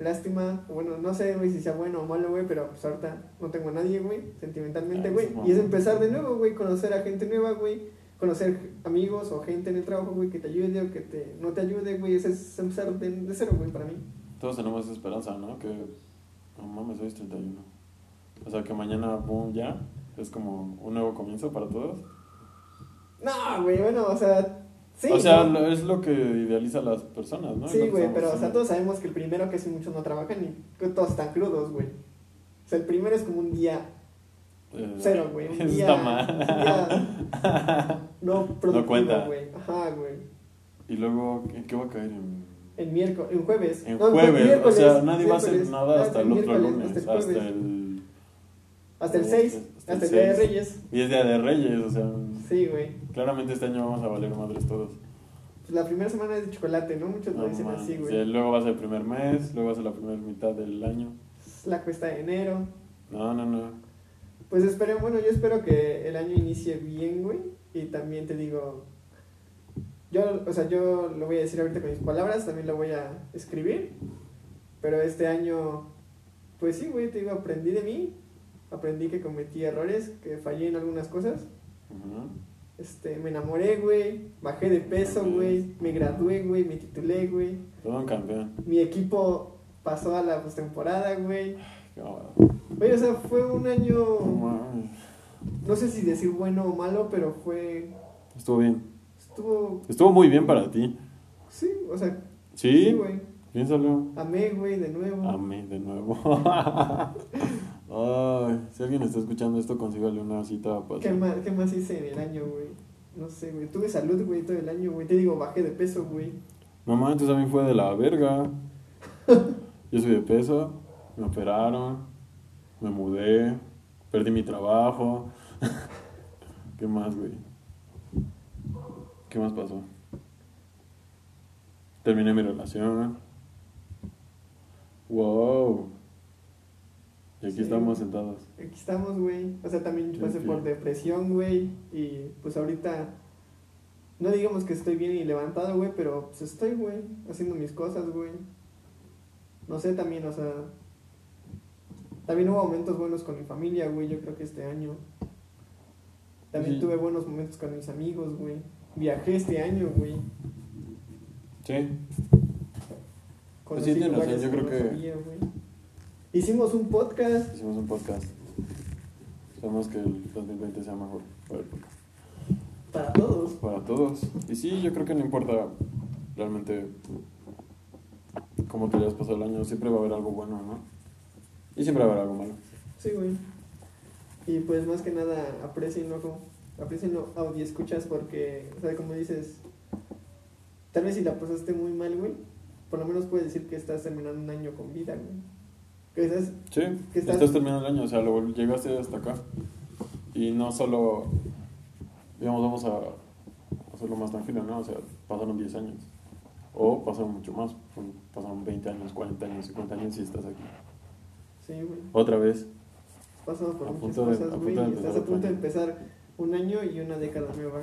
lástima, bueno, no sé, güey, si sea bueno o malo, güey, pero pues ahorita no tengo a nadie, güey, sentimentalmente,
Ah,
güey.
sí,
Y es
mamá.
empezar de nuevo, güey, conocer a gente nueva, güey, conocer amigos o gente en el trabajo, güey, que te ayude o que te, no te ayude, güey, ese es empezar de, de cero, güey, para mí.
Todos tenemos esa esperanza, ¿no? Que, no mames, hoy es 31. O sea, que mañana, boom, ya. Es como un nuevo comienzo para todos.
No, güey, bueno, o sea, sí.
o sea,
¿no?
lo- es lo que idealiza a las personas, ¿no? Es
Sí,
lo que
güey,
estamos
pero o sea,
haciendo.
todos sabemos que el primero que si muchos no trabajan y que todos están crudos, güey. O sea, el primero es como un día
Eh,
Cero, güey. Un
eso
día-
está
un día-
mal.
no productivo,
cuenta.
güey. Ajá, güey.
y luego, ¿en qué va a caer? En,
El miércoles, en jueves.
en
No,
jueves. o
miércoles,
sea, nadie va a hacer
miércoles,
nada hasta el otro
miércoles,
lunes.
Hasta el jueves.
Hasta el,
Hasta el
jueves,
6. Hasta,
hasta el
el día de
seis.
Reyes.
Y es día de Reyes, o sea.
Sí, güey.
Claramente este año vamos a valer madres todos.
Pues la primera semana es de chocolate, ¿no? Muchos lo
No
dicen así,
mames.
güey.
Ya Luego va a ser el primer mes, luego va a ser la primera mitad del año.
Es La cuesta de enero.
No, no, no.
Pues espero, bueno, yo espero que el año inicie bien, güey. Y también te digo, yo, o sea, yo lo voy a decir ahorita con mis palabras, también lo voy a escribir. Pero este año, pues sí, güey, te digo, aprendí de mí. Aprendí que cometí errores, que fallé en algunas cosas.
Ujú.
Este, me enamoré, güey. Bajé de peso, güey. Me gradué, güey. Me titulé, güey.
Todo un campeón.
Mi equipo pasó a la postemporada, güey.
Qué mamada.
Güey, o sea, fue un
No
año...
mames.
No sé si decir bueno o malo, pero fue.
Estuvo bien.
Estuvo.
Estuvo muy bien para ti.
Sí, o sea.
Sí,
güey.
piénsalo.
Amé, güey, de nuevo.
Amé de nuevo. Ay, si alguien está escuchando esto, consígale una cita. Pues,
¿Qué, más, ¿Qué más hice en el año, güey? No sé, güey. Tuve salud, güey, todo el año, güey. Te digo, bajé de peso, güey.
No mames, tú también fue de la verga. Yo subí de peso, me operaron, me mudé, perdí mi trabajo. ¿Qué más, güey? ¿Qué más pasó? Terminé mi relación. Wow. Y aquí
Sí.
estamos sentados.
Aquí estamos, güey. O sea, también
Sí,
pasé
sí.
por depresión, güey. Y pues ahorita. No digamos que estoy bien y levantado, güey, pero pues estoy, güey. Haciendo mis cosas, güey. No sé también, o sea. También hubo momentos buenos con mi familia, güey. Yo creo que este año. También
Sí.
tuve buenos momentos con mis amigos, güey. Viajé este año, güey.
Sí.
Conocí
tienes razón,
lugares
yo creo
no
que-
sabía, güey. Hicimos un podcast.
Hicimos un podcast. Esperemos que el 2020 sea mejor para el podcast.
Para todos.
para todos. Y sí, yo creo que no importa realmente cómo te hayas pasado el año, siempre va a haber algo bueno, ¿no? Y siempre va a haber algo malo.
Sí, güey. Y pues más que nada, aprecienlo, como- aprecienlo audio escuchas porque, o sea, como dices, tal vez si la pasaste muy mal, güey, por lo menos puedes decir que estás terminando un año con vida, güey. Que estás,
Sí,
¿Qué estás-
estás? terminando el año, o sea, lo, llegaste hasta acá. Y no solo, digamos, vamos a hacerlo más tranquilo, ¿no? O sea, pasaron 10 años. O pasaron mucho más, pasaron 20 años, 40 años, 50 años y estás aquí.
sí, güey,
Otra vez.
has pasado por
A
muchas
punto de- a
cosas,
punto
güey,
de
y
empezar
estás a
otro
punto de
año.
empezar un año y una década nueva.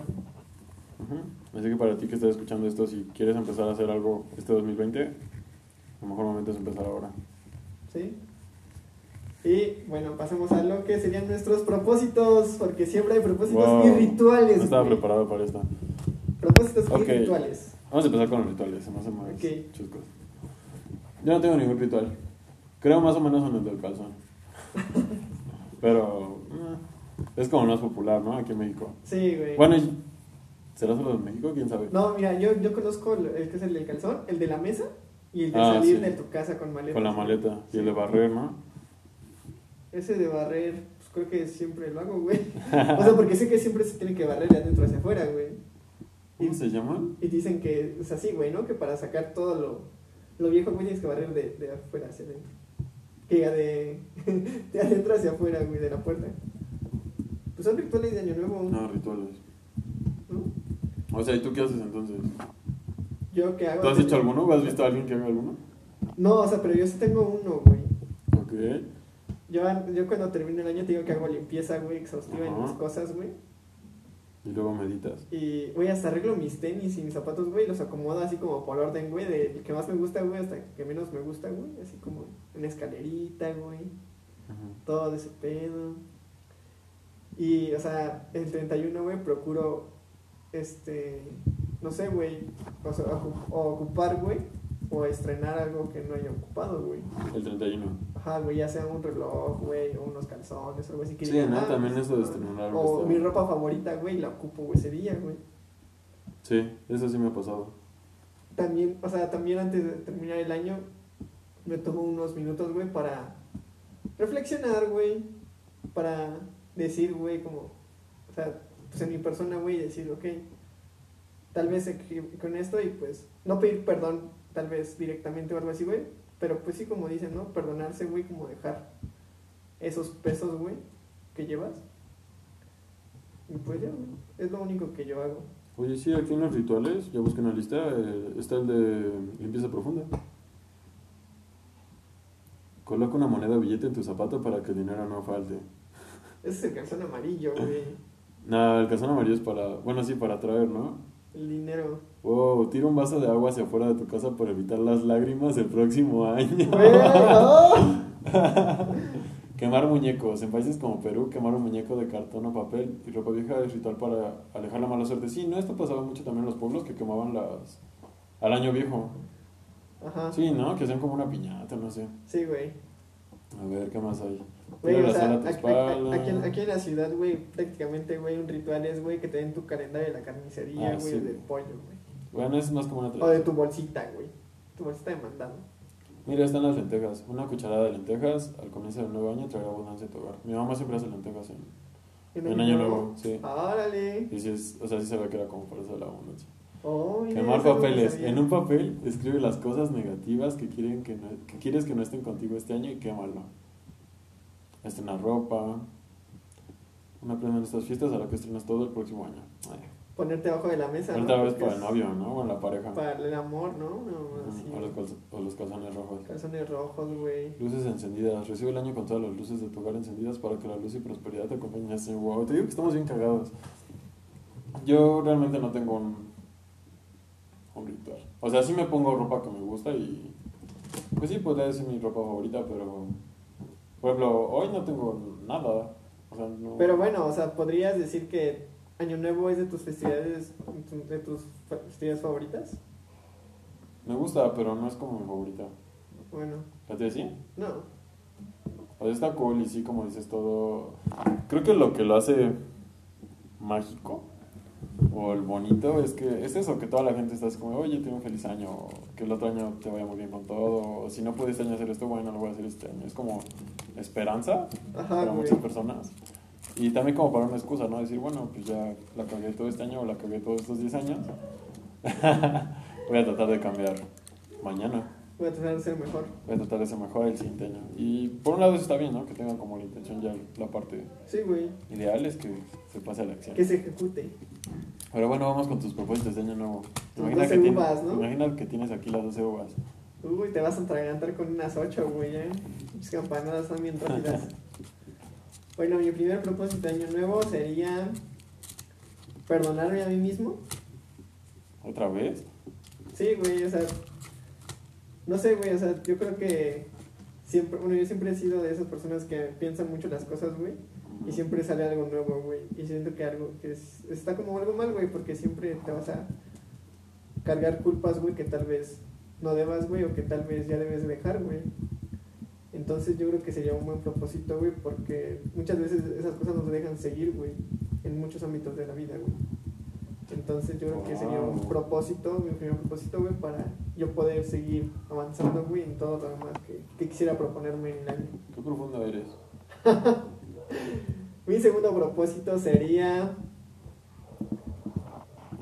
Ujú. Así que para ti que estás escuchando esto, si quieres empezar a hacer algo este 2020, el mejor momento es empezar ahora.
¿Sí? Y bueno, pasemos a lo que serían nuestros propósitos, porque siempre hay propósitos
Wow.
y rituales.
No estaba
güey.
preparado para esta.
Propósitos y
Ok.
rituales.
Vamos a empezar con los rituales, se me hace más
Ok.
chuscos. Yo no tengo ningún ritual. Creo más o menos en el del calzón. Pero eh, es como más popular, ¿no? Aquí en México.
Sí, güey.
Bueno, y- ¿será solo en México? ¿Quién sabe?
No, mira, yo, yo conozco el el que es el del calzón, el de la mesa y el de
Ah,
salir
sí.
de tu casa con maleta.
Con la maleta y el de barrer, ¿no?
Ese de barrer, pues creo que siempre lo hago, güey. O sea, porque sé que siempre se tiene que barrer de adentro hacia afuera, güey.
¿Cómo se llaman?
Y dicen que es así, güey, ¿no? Que para sacar todo lo, lo viejo, güey, tienes que barrer de, de afuera hacia adentro. Que diga de, de adentro hacia afuera, güey, de la puerta. Pues son rituales de Año Nuevo,
No, rituales.
¿no?
O sea, ¿y tú qué haces entonces?
Yo que hago...
¿Tú has hecho alguno? ¿O ¿Has visto a alguien que haga alguno?
No, o sea, pero yo sí tengo uno, güey.
Ok.
Yo, yo cuando termino el año te digo que hago limpieza, güey, exhaustiva en
Ajá.
mis cosas, güey.
Y luego meditas.
Y, güey, hasta arreglo mis tenis y mis zapatos, güey, los acomodo así como por orden, güey, del que más me gusta, güey, hasta que menos me gusta, güey, así como una escalerita, güey,
Ajá.
todo de ese pedo. Y, o sea, el 31, güey, procuro, este, no sé, güey, o, sea, ocu- o ocupar, güey, o estrenar algo que no haya ocupado, güey.
El 31.
Ajá, güey, ya sea un reloj, güey, o unos calzones, o algo así. que
Sí,
diga,
¿no?
ah,
También
pues,
eso de
ah,
estrenar algo
O
está-
mi ropa favorita, güey, la ocupo, güey, ese día, güey.
Sí, eso sí me ha pasado.
también, o sea, también antes de terminar el año, me tomo unos minutos, güey, para reflexionar, güey, para decir, güey, como, o sea, pues en mi persona, güey, decir, ok, tal vez equi- con esto y pues, no pedir perdón, tal vez directamente o algo así, güey, pero pues sí, como dicen, ¿no? Perdonarse, güey, como dejar esos pesos, güey, que llevas. Y pues ya, güey, es lo único que yo hago.
Oye, sí, aquí en los rituales, ya busqué una lista, eh, está el de limpieza profunda. Coloca una moneda o billete en tu zapato para que el dinero no falte.
Ese es el calzón
Ah.
amarillo, güey.
Nada, el calzón amarillo es para, bueno, sí, para traer, ¿no?
El dinero.
Wow, tira un vaso de agua hacia afuera de tu casa para evitar las lágrimas el próximo
Güey,
año.
no.
Quemar muñecos. En países como Perú, quemar un muñeco de cartón o papel y ropa vieja es ritual para alejar la mala suerte. Sí, ¿no? Esto pasaba mucho también en los pueblos que quemaban las... al año viejo.
Ajá.
Sí, ¿no? Que hacían como una piñata, no sé.
Sí, güey.
A ver, ¿qué más hay?
Güey,
Tira
o
la
sea,
sal a tu
aquí, aquí-
espalda.
aquí en, aquí en la ciudad, güey, prácticamente, güey, un ritual es, güey, que te den tu calendario de la carnicería,
Ah,
güey, o
sí,
del
güey.
pollo, güey.
Bueno, es más como una
O de
tradición.
tu bolsita, güey. Tu bolsita de mandado.
Mira, están las lentejas. Una cucharada de lentejas al comienzo del nuevo año traerá abundancia a tu hogar. Mi mamá siempre hace lentejas en,
En
en
Año
año
Nuevo.
nuevo. Sí.
Órale.
Y sí es- o sea, sí se ve que era como fuerza de la abundancia.
Oh, mira,
Quemar
eso no lo
papeles.
sabía.
En un papel escribe las cosas negativas que, quieren que, no, que quieres que no estén contigo este año y quémalo. Estrenar ropa. Una prenda en estas fiestas a la que estrenas todo el próximo año. Ay.
Ponerte abajo de la mesa. ¿no?
Otra vez
Porque
para el
es
novio, ¿no? O la pareja.
Para el amor, ¿no? No, así.
Ujú, O los, calz- o los calzones rojos.
Calzones rojos, güey.
Luces encendidas. Recibe el año con todas las luces de tu hogar encendidas para que la luz y prosperidad te acompañen. Así, Wow, te digo que estamos bien cagados. Yo realmente no tengo un, un ritual. O sea, sí me pongo ropa que me gusta y. Pues sí, podría decir mi ropa favorita, pero. Por ejemplo, hoy no tengo nada. O sea, no.
Pero bueno, o sea, ¿podrías decir que Año Nuevo es de tus festividades, de tus festividades favoritas?
Me gusta, pero no es como mi favorita.
Bueno,
¿Ya te decía?
no.
O sea, está cool y sí, como dices, todo... Creo que lo que lo hace mágico o el bonito es que es eso, que toda la gente está así como, oye, tengo un feliz año, o que el otro año te vaya muy bien con todo, o si no pude este año hacer esto, bueno, lo voy a hacer este año. Es como esperanza
Ajá,
para
Ah, güey.
muchas personas. Y también como para una excusa, ¿no? Decir, bueno, pues ya la cagué todo este año o la cagué todos estos 10 años. voy a tratar de cambiar mañana.
Voy a tratar de ser mejor.
Voy a tratar de ser mejor el siguiente año. Y por un lado eso está bien, ¿no? Que tengan como la intención ya la parte
Sí, güey.
ideal es que se pase a la acción.
Que se ejecute.
Pero bueno, vamos con tus propósitos de año nuevo.
Tus 12
tien-
uvas, ¿no?
imagina que tienes aquí las 12 uvas.
Uy, te vas a atragantar con unas ocho, güey, ¿eh? Mis campanadas están bien rápidas. bueno, mi primer propósito de Año Nuevo sería perdonarme a mí mismo.
¿Otra vez?
Sí, güey, o sea, no sé, güey, o sea, yo creo que siempre, bueno, yo siempre he sido de esas personas que piensan mucho las cosas, güey. Y siempre sale algo nuevo, güey. Y siento que algo que es- está como algo mal, güey, porque siempre te vas a cargar culpas, güey, que tal vez no debas, güey, o que tal vez ya debes dejar, güey. Entonces yo creo que sería un buen propósito, güey, porque muchas veces esas cosas nos dejan seguir, güey, en muchos ámbitos de la vida, güey. Entonces yo creo que sería un
Wow.
propósito, mi primer propósito, güey, para yo poder seguir avanzando, güey, en todo lo demás que, que quisiera proponerme en el año.
Qué profundo eres.
Mi segundo propósito sería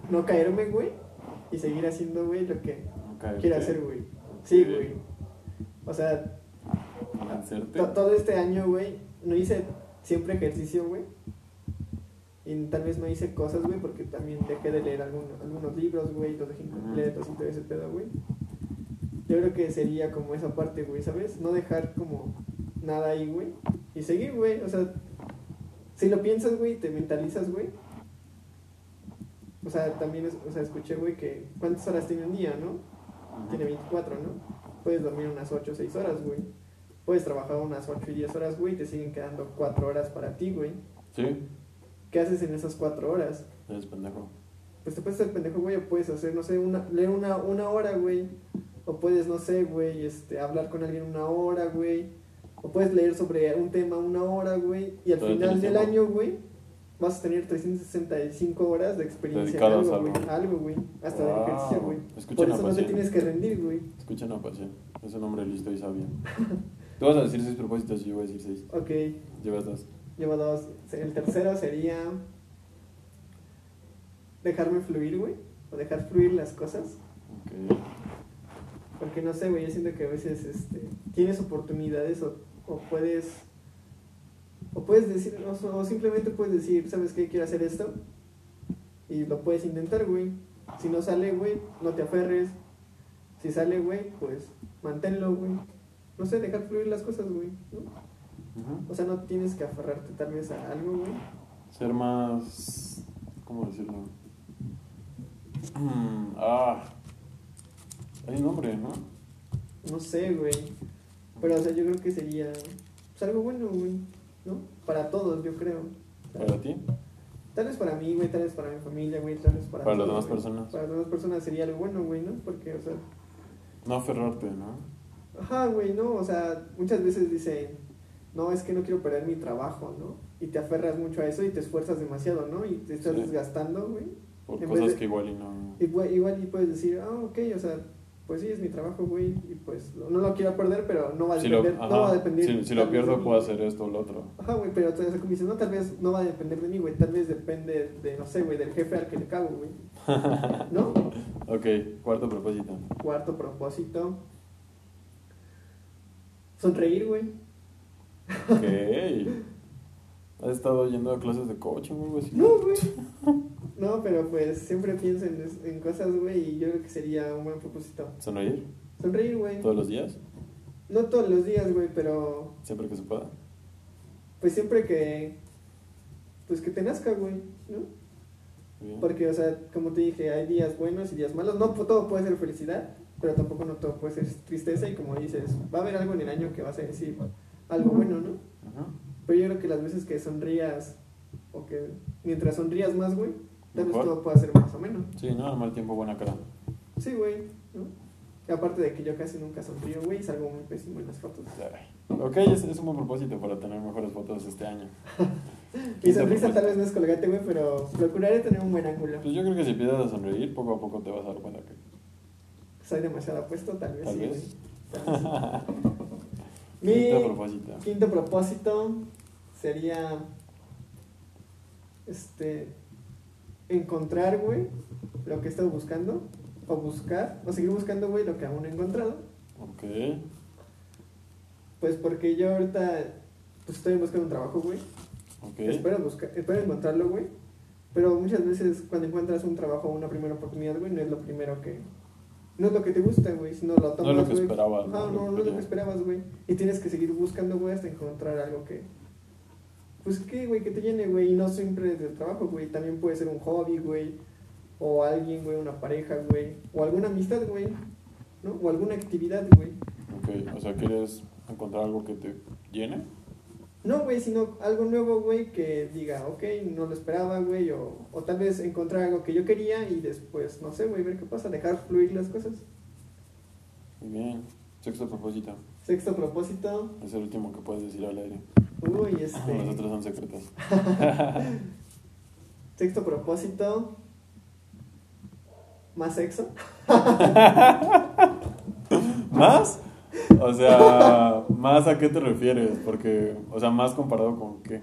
no caerme, güey, y seguir haciendo, güey, lo que
Ok,
quiero
ok.
hacer, güey. Sí, güey. O sea,
Lancerte.
to- todo este año, güey, no hice siempre ejercicio, güey. Y tal vez no hice cosas, güey, porque también dejé de leer algún- algunos libros, güey, los dejé
Ujú.
incompletos y todo ese pedo, güey. Yo creo que sería como esa parte, güey, ¿sabes? No dejar como nada ahí, güey. Y seguir, güey. O sea, si lo piensas, güey, te mentalizas, güey. O sea, también, es- o sea, escuché, güey, que cuántas horas tiene un día, ¿no?
Ujú.
Tiene 24, ¿no? Puedes dormir unas 8 o 6 horas, güey. Puedes trabajar unas 8 y 10 horas, güey, y te siguen quedando 4 horas para ti, güey.
Sí,
¿Qué haces en esas 4 horas?
eres pendejo.
Pues te puedes hacer pendejo, güey, o puedes hacer, no sé, una, leer una, una hora, güey. O puedes, no sé, güey, este, hablar con alguien una hora, güey. O puedes leer sobre un tema una hora, güey. Y al
Todavía
final
tienes
del
tiempo.
año, güey, vas a tener 365 horas de experiencia en
Dedicadas
algo,
a algo.
güey. Algo, güey. Hasta del
Wow.
ejercicio, güey.
Escuchen
Por
a
eso no te
Pasión.
tienes que rendir, güey.
Escuchen a Pasión. Es un hombre listo y sabio. Tú vas a decir seis propósitos y yo voy a decir seis.
Ok.
Llevas dos.
Llevo dos. El tercero sería dejarme fluir, güey. O dejar fluir las cosas.
Ok.
Porque no sé, güey, yo siento que a veces este, tienes oportunidades o, o puedes... O puedes decir, o, so- o simplemente puedes decir, ¿sabes qué? Quiero hacer esto. Y lo puedes intentar, güey. Si no sale, güey, no te aferres. Si sale, güey, pues manténlo, güey. No sé, dejar fluir las cosas, güey. ¿no?
Ujú.
O sea, no tienes que aferrarte tal vez a algo, güey.
Ser más. ¿Cómo decirlo? Mm, ah. Hay un nombre, ¿no?
No sé, güey. Pero, o sea, yo creo que sería pues, algo bueno, güey. ¿No? Para todos, yo creo.
Para ti.
Tal vez para mí, güey. Tal vez para mi familia, güey. Tal vez para.
Para las
todos,
demás
güey.
personas.
Para las demás personas sería algo bueno, güey, ¿no? Porque, o sea.
No aferrarte, ¿no?
Ajá, güey, ¿no? O sea, muchas veces dicen. No, es que no quiero perder mi trabajo, ¿no? Y te aferras mucho a eso y te esfuerzas demasiado, ¿no? Y te estás
Sí.
desgastando, güey.
Por
En vez
cosas
de-
que igual y no.
Igual, igual y puedes decir, ah, ok, o sea, pues sí, es mi trabajo, güey, y pues no lo quiero perder, pero no va a
Si lo,
depender, no
ajá,
va a depender
si, si
tal
lo
vez de
pierdo,
mí.
puedo hacer esto o lo otro.
Ajá, güey, pero o sea, como dices, no, tal vez no va a depender de mí, güey, tal vez depende de, no sé, güey, del jefe al que le cago, güey. ¿No?
ok, cuarto propósito.
Cuarto propósito. Sonreír, güey.
Ok. ¿Has estado yendo a clases de coaching o algo así?
No, güey. No, pero pues siempre pienso en, es- en cosas, güey, y yo creo que sería un buen propósito.
¿Sonreír?
Sonreír, güey.
¿Todos los días?
No todos los días, güey, pero
¿Siempre que se pueda?
pues siempre que... Pues que te nazca, güey, ¿no?
Bien.
Porque, o sea, como te dije, hay días buenos y días malos. No pu- todo puede ser felicidad, pero tampoco no todo puede ser tristeza. Y como dices, va a haber algo en el año que vas a decir algo bueno, ¿no?
Ajá.
Pero yo creo que las veces que sonrías, o que mientras sonrías más, güey, tal vez
Mejor.
todo pueda ser más o menos.
Sí, no, al mal tiempo, buena cara.
Sí, güey, ¿no? Y aparte de que yo casi nunca sonrío, güey, y salgo muy pésimo en las fotos.
Ok, es, es un buen propósito para tener mejores fotos este año.
Mi sonrisa tal vez no es colgate, güey, pero procuraré tener un buen ángulo.
Pues yo creo que si empiezas a sonreír, poco a poco te vas a dar cuenta que
Soy demasiado apuesto, tal vez
tal
sí,
vez.
güey. Tal vez sí. Mi-
Quinto propósito.
Quinto propósito sería este encontrar, güey, lo que he estado buscando o buscar o seguir buscando, güey, lo que aún no he encontrado.
Ok.
Pues porque yo ahorita pues estoy buscando un trabajo, güey.
Ok.
Espero buscar, espero encontrarlo, güey. Pero muchas veces cuando encuentras un trabajo o una primera oportunidad, güey, no es lo primero que no es lo que te gusta, güey, sino lo
No
tomas,
es lo que
güey.
esperabas.
Ajá, no, no es lo que esperabas, güey. Y tienes que seguir buscando, güey, hasta encontrar algo que. Pues qué, güey, que te llene, güey. Y no siempre es del trabajo, güey. También puede ser un hobby, güey. O alguien, güey, una pareja, güey. O alguna amistad, güey. ¿No? O alguna actividad, güey.
Ok, o sea, ¿quieres encontrar algo que te llene?
No, güey, sino algo nuevo, güey, que diga, ok, no lo esperaba, güey, o, o tal vez encontrar algo que yo quería y después, no sé, güey, ver qué pasa, dejar fluir las cosas.
Muy bien. Sexto propósito.
Sexto propósito,
Es el último que puedes decir al aire.
uy,
Los
este,
otros son secretos.
sexto propósito, más sexo.
¿Más? O sea, ¿más a qué te refieres? Porque, o sea, ¿más comparado con qué?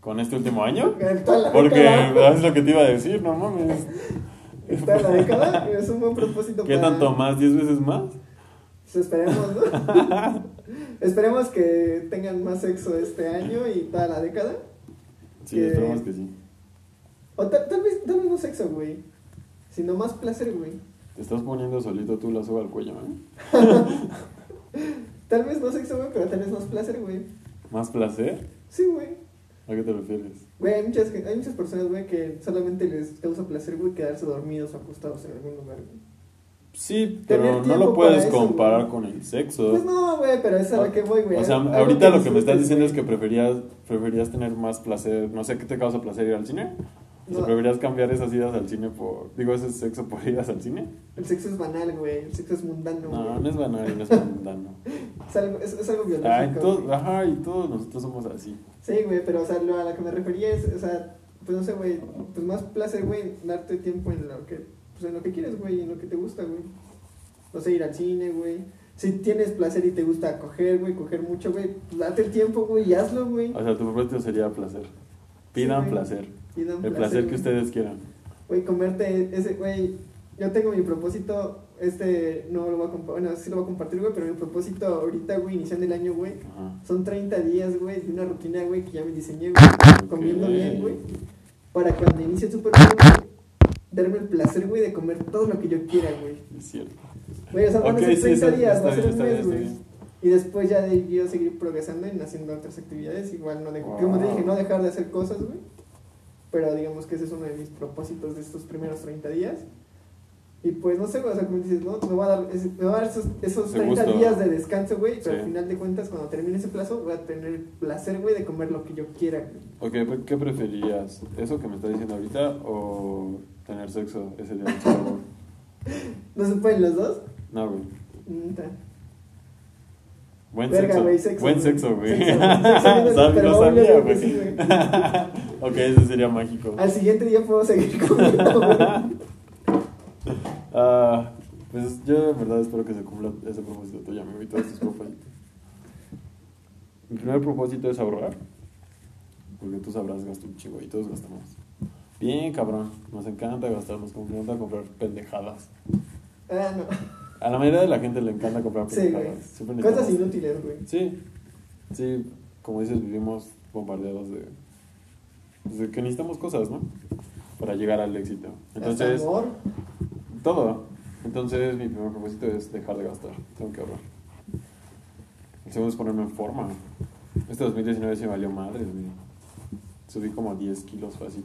¿Con este último año?
Está en la
Porque
década.
es lo que te iba a decir, no mames.
Está en la década, es un buen propósito
¿Qué
para-
tanto más? ¿Diez veces más?
Pues esperemos, ¿no? esperemos que tengan más sexo este año y toda la década.
Sí,
Que-
esperemos que sí.
O tal, tal vez, tal vez no sexo, güey. Sino más placer, güey.
Te estás poniendo solito tú la soga al cuello, ¿eh?
Tal vez no sexo, güey, pero tal vez más placer, güey.
¿Más placer?
Sí, güey.
¿A qué te refieres?
Güey, hay muchas, hay muchas personas, güey, que solamente les causa placer, güey, quedarse dormidos o acostados en algún lugar, güey.
Sí,
Tener
pero no
tiempo
lo puedes
para eso,
comparar
güey.
con el sexo.
Pues no, güey, pero es a lo que voy, güey.
O sea,
Algo
ahorita lo que me estás
disfrutes,
diciendo es
güey.
que preferías, preferías tener más placer. No sé, ¿qué te causa placer ir al cine? O sea,
No.
¿preferías cambiar esas idas al cine por... Digo, ese sexo por idas al cine?
El sexo es banal, güey. El sexo es mundano,
No, Ah,
güey.
no es banal, no es mundano.
Es algo, es, es algo biológico.
Ay,
güey.
to- ajá, y todos nosotros somos así.
Sí, güey, pero o sea, lo, a la que me refería es, o sea, pues no sé, güey, pues más placer, güey, darte tiempo en lo que, pues en lo que quieres, güey, en lo que te gusta, güey. No sé, ir al cine, güey. Si tienes placer y te gusta coger, güey, coger mucho, güey, pues date el tiempo, güey, y hazlo, güey.
O sea, tu propósito sería placer. Pidan
güey.
placer.
Y dan
El placer que
güey.
ustedes quieran.
Güey, comerte ese, güey, yo tengo mi propósito, este, no lo voy a compartir, bueno, sí lo voy a compartir, güey, pero mi propósito ahorita, güey, iniciando el año, güey,
Ajá.
son 30 días, güey, de una rutina, güey, que ya me diseñé, güey, comiendo
Ok.
bien, güey. para cuando inicie el Super Bowl, güey, darme el placer, güey, de comer todo lo que yo quiera, güey.
Es cierto.
Güey, o sea, van
Ok,
a ser
sí,
30
está-
días,
está
va a ser
bien,
un
está
mes,
bien, está
güey.
bien.
Y después ya de- yo seguir progresando en haciendo otras actividades, igual no de,
Wow.
como te dije, no dejar de hacer cosas, güey. Pero digamos que ese es uno de mis propósitos de estos primeros 30 días. Y pues no sé, güey, o sea, como dices, no, me va a dar, ese- me va a dar esos, esos
Ese
30
gusto.
días de descanso, güey, pero
Sí.
al final de cuentas, cuando termine ese plazo, voy a tener el placer, güey, de comer lo que yo quiera, güey.
Ok, pues, ¿qué preferirías? ¿Eso que me estás diciendo ahorita o tener sexo ese día del Super Bowl?
¿No se pueden los dos?
No, güey.
Mm, ta.
Buen
Verga,
sexo.
güey, sexo,
Buen
güey.
sexo, güey.
Sexo, güey. Sexo, güey,
Sab-
pero
lo
obvio,
sabía,
güey,
güey.
que sí, güey.
ok, ese sería mágico.
Al siguiente día puedo seguir comiendo, güey.
Ah, pues yo de verdad espero que se cumpla ese propósito tuyo, amigo, y todos tus propósitos. Mi primer propósito es ahorrar. Porque tú sabrás gastar un chingo y todos gastamos. Bien, cabrón. Nos encanta gastar, nos encanta comprar pendejadas.
Ah, no.
A la mayoría de la gente le encanta comprar
Sí, güey.
pendejadas. Siempre
Cosas
necesitamos-
inútiles, güey.
Sí, sí, como dices, vivimos bombardeados de, pues, de que necesitamos cosas, ¿no? Para llegar al éxito. Entonces,
Hasta amor.
todo. Entonces, mi primer propósito es dejar de gastar. Tengo que ahorrar. El segundo es ponerme en forma. Este 2019 se me valió madre, güey. Subí como 10 kilos fácil.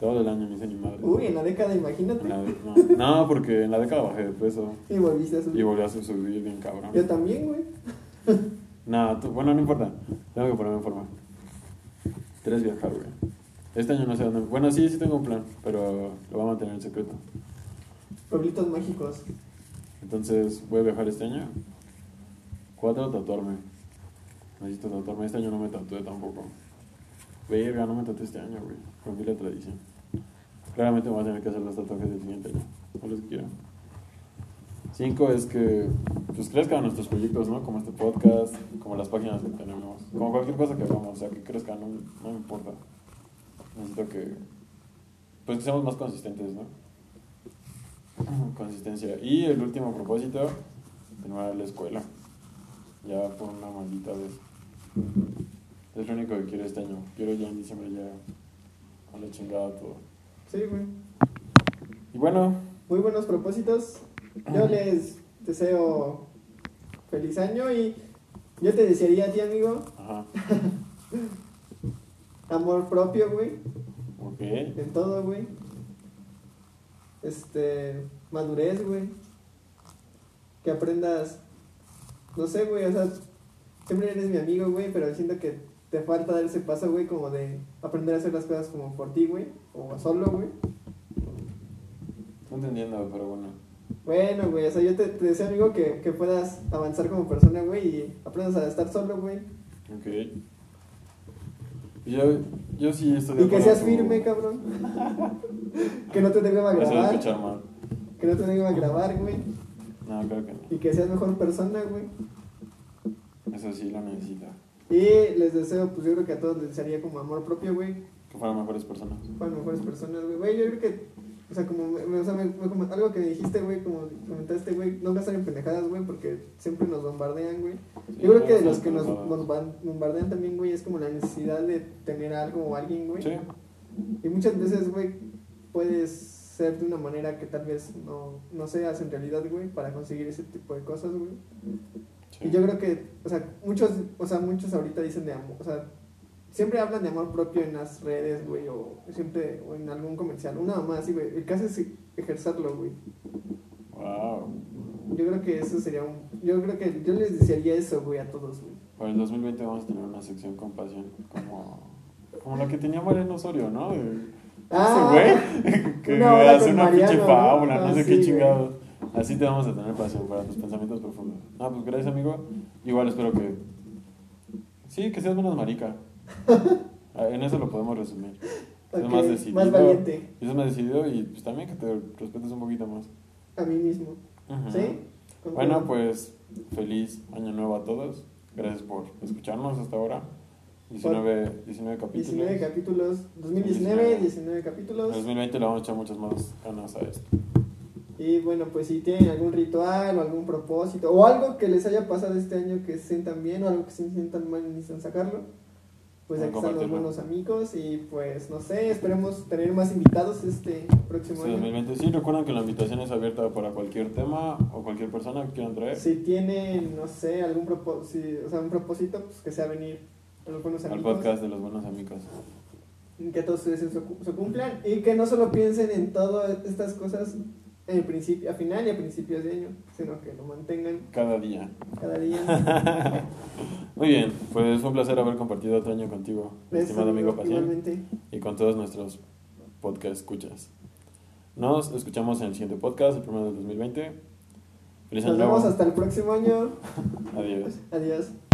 Todo el año me hice ni madre.
Uy, en la década, imagínate.
En la- no, no, porque en la década bajé de peso
Y volviste a subir.
y volví a subir bien cabrón.
Yo también, güey.
No, tú- bueno, no importa. Tengo que ponerme en forma. Tres viajar, güey. Este año no sé dónde. Bueno, sí, sí tengo un plan, pero lo voy a mantener en secreto.
Pueblitos mágicos.
Entonces, voy a viajar este año. Cuatro, tatuarme. Necesito tatuarme. Este año no me tatué tampoco. Verga, no me tatué este año, güey. Rompí la tradición. Claramente me voy a tener que hacer los tatuajes del siguiente año. No los quiero. Cinco es que pues, crezcan nuestros proyectos, ¿no? Como este podcast, como las páginas que tenemos, como cualquier cosa que hagamos, o sea, que crezcan, no, no me importa. Necesito que, pues, que seamos más consistentes, ¿no? Consistencia. Y el último propósito, terminar la escuela. Ya por una maldita vez. Es lo único que quiero este año. Quiero ya en diciembre ya con la chingada todo.
Sí, güey.
Y bueno,
Muy buenos propósitos. Yo les deseo feliz año y yo te desearía a ti, amigo,
ajá,
amor propio, güey.
ok.
En todo, güey. Este, madurez, güey. Que aprendas, no sé, güey, o sea, siempre eres mi amigo, güey, pero siento que te falta dar ese paso, güey, como de aprender a hacer las cosas como por ti, güey, o solo, güey.
No entendiendo, pero bueno.
Bueno, güey, o sea, yo te, te deseo, amigo, que, que puedas avanzar como persona, güey, y aprendas a estar solo, güey.
Ok. Yo, yo sí estoy de
Y que
acuerdo
seas
con-
firme, cabrón. que no te tengan a
Eso de
grabar.
escuchar mal.
Que no te tengan a grabar, güey.
No, creo que no.
Y que seas mejor persona, güey.
Eso sí lo necesita.
Y les deseo, pues yo creo que a todos les desearía como amor propio, güey.
Que fueran mejores personas.
Para mejores personas, güey. Güey, yo creo que, o sea, como, me- o sea, me- me- como algo que dijiste, güey, como comentaste, güey, no gastar en pendejadas, güey, porque siempre nos bombardean, güey.
Sí,
Yo creo que de
sí,
los que nos,
no.
nos ban- bombardean también, güey, es como la necesidad de tener algo o alguien, güey.
Sí,
Y muchas veces, güey, puedes ser de una manera que tal vez no, no seas en realidad, güey, para conseguir ese tipo de cosas, güey.
sí.
Y yo creo que, o sea, muchos, o sea, muchos ahorita dicen de amor, o sea, siempre hablan de amor propio en las redes, güey, o siempre, o en algún comercial, una mamá así, güey. El caso es ejercerlo, güey.
Wow.
Yo creo que eso sería un, yo creo que yo les desearía eso, güey, a todos, güey.
Para el 2020 vamos a tener una sección con pasión. Como, como la que tenía Mariano Osorio, ¿no? De- Ah, ese güey. Que
una hora
hace
con
una
Mariano,
pinche
Ah. ¿no?
fábula, no,
Ah,
sé
sí,
qué
güey.
chingado. Así te vamos a tener pasión para tus pensamientos profundos. No, pues gracias, amigo. Igual espero que. Sí, que seas menos marica. Ah, En eso lo podemos resumir. Es
Ok,
más decidido.
más valiente,
Y eso me decidido y pues también que te respetes un poquito más.
a mí mismo.
Ujú.
¿Sí?
Bueno, pues feliz año nuevo a todos. Gracias por escucharnos hasta ahora. 19, 19 capítulos.
19 capítulos, 2019, 19
En
capítulos.
2020 le vamos a echar muchas más ganas a esto.
Y bueno, pues si tienen algún ritual o algún propósito o algo que les haya pasado este año que se sientan bien o algo que se sientan mal y necesitan sacarlo, pues
Pueden
aquí están los
compartirlo.
buenos amigos y pues no sé, esperemos tener más invitados este próximo
Este
año.
2020. Sí, recuerden que la invitación es abierta para cualquier tema o cualquier persona que quieran traer.
Si tienen, no sé, algún propósito, o sea, un propósito, pues que sea venir a los buenos
Al
amigos.
podcast de los buenos amigos.
Que todos ustedes se, cu- se cumplan y que no solo piensen en todas estas cosas en principio, a final y a principios de año, sino que lo mantengan
Cada día.
cada día.
Muy bien, pues fue un placer haber compartido otro año contigo,
Gracias,
estimado amigo
amigo,
paciente.
igualmente.
y con todos nuestros podcast escuchas. Nos escuchamos en el siguiente podcast, el primero del 2020.
Nos
Feliz año nuevo.
vemos hasta el próximo año.
Adiós.
Adiós.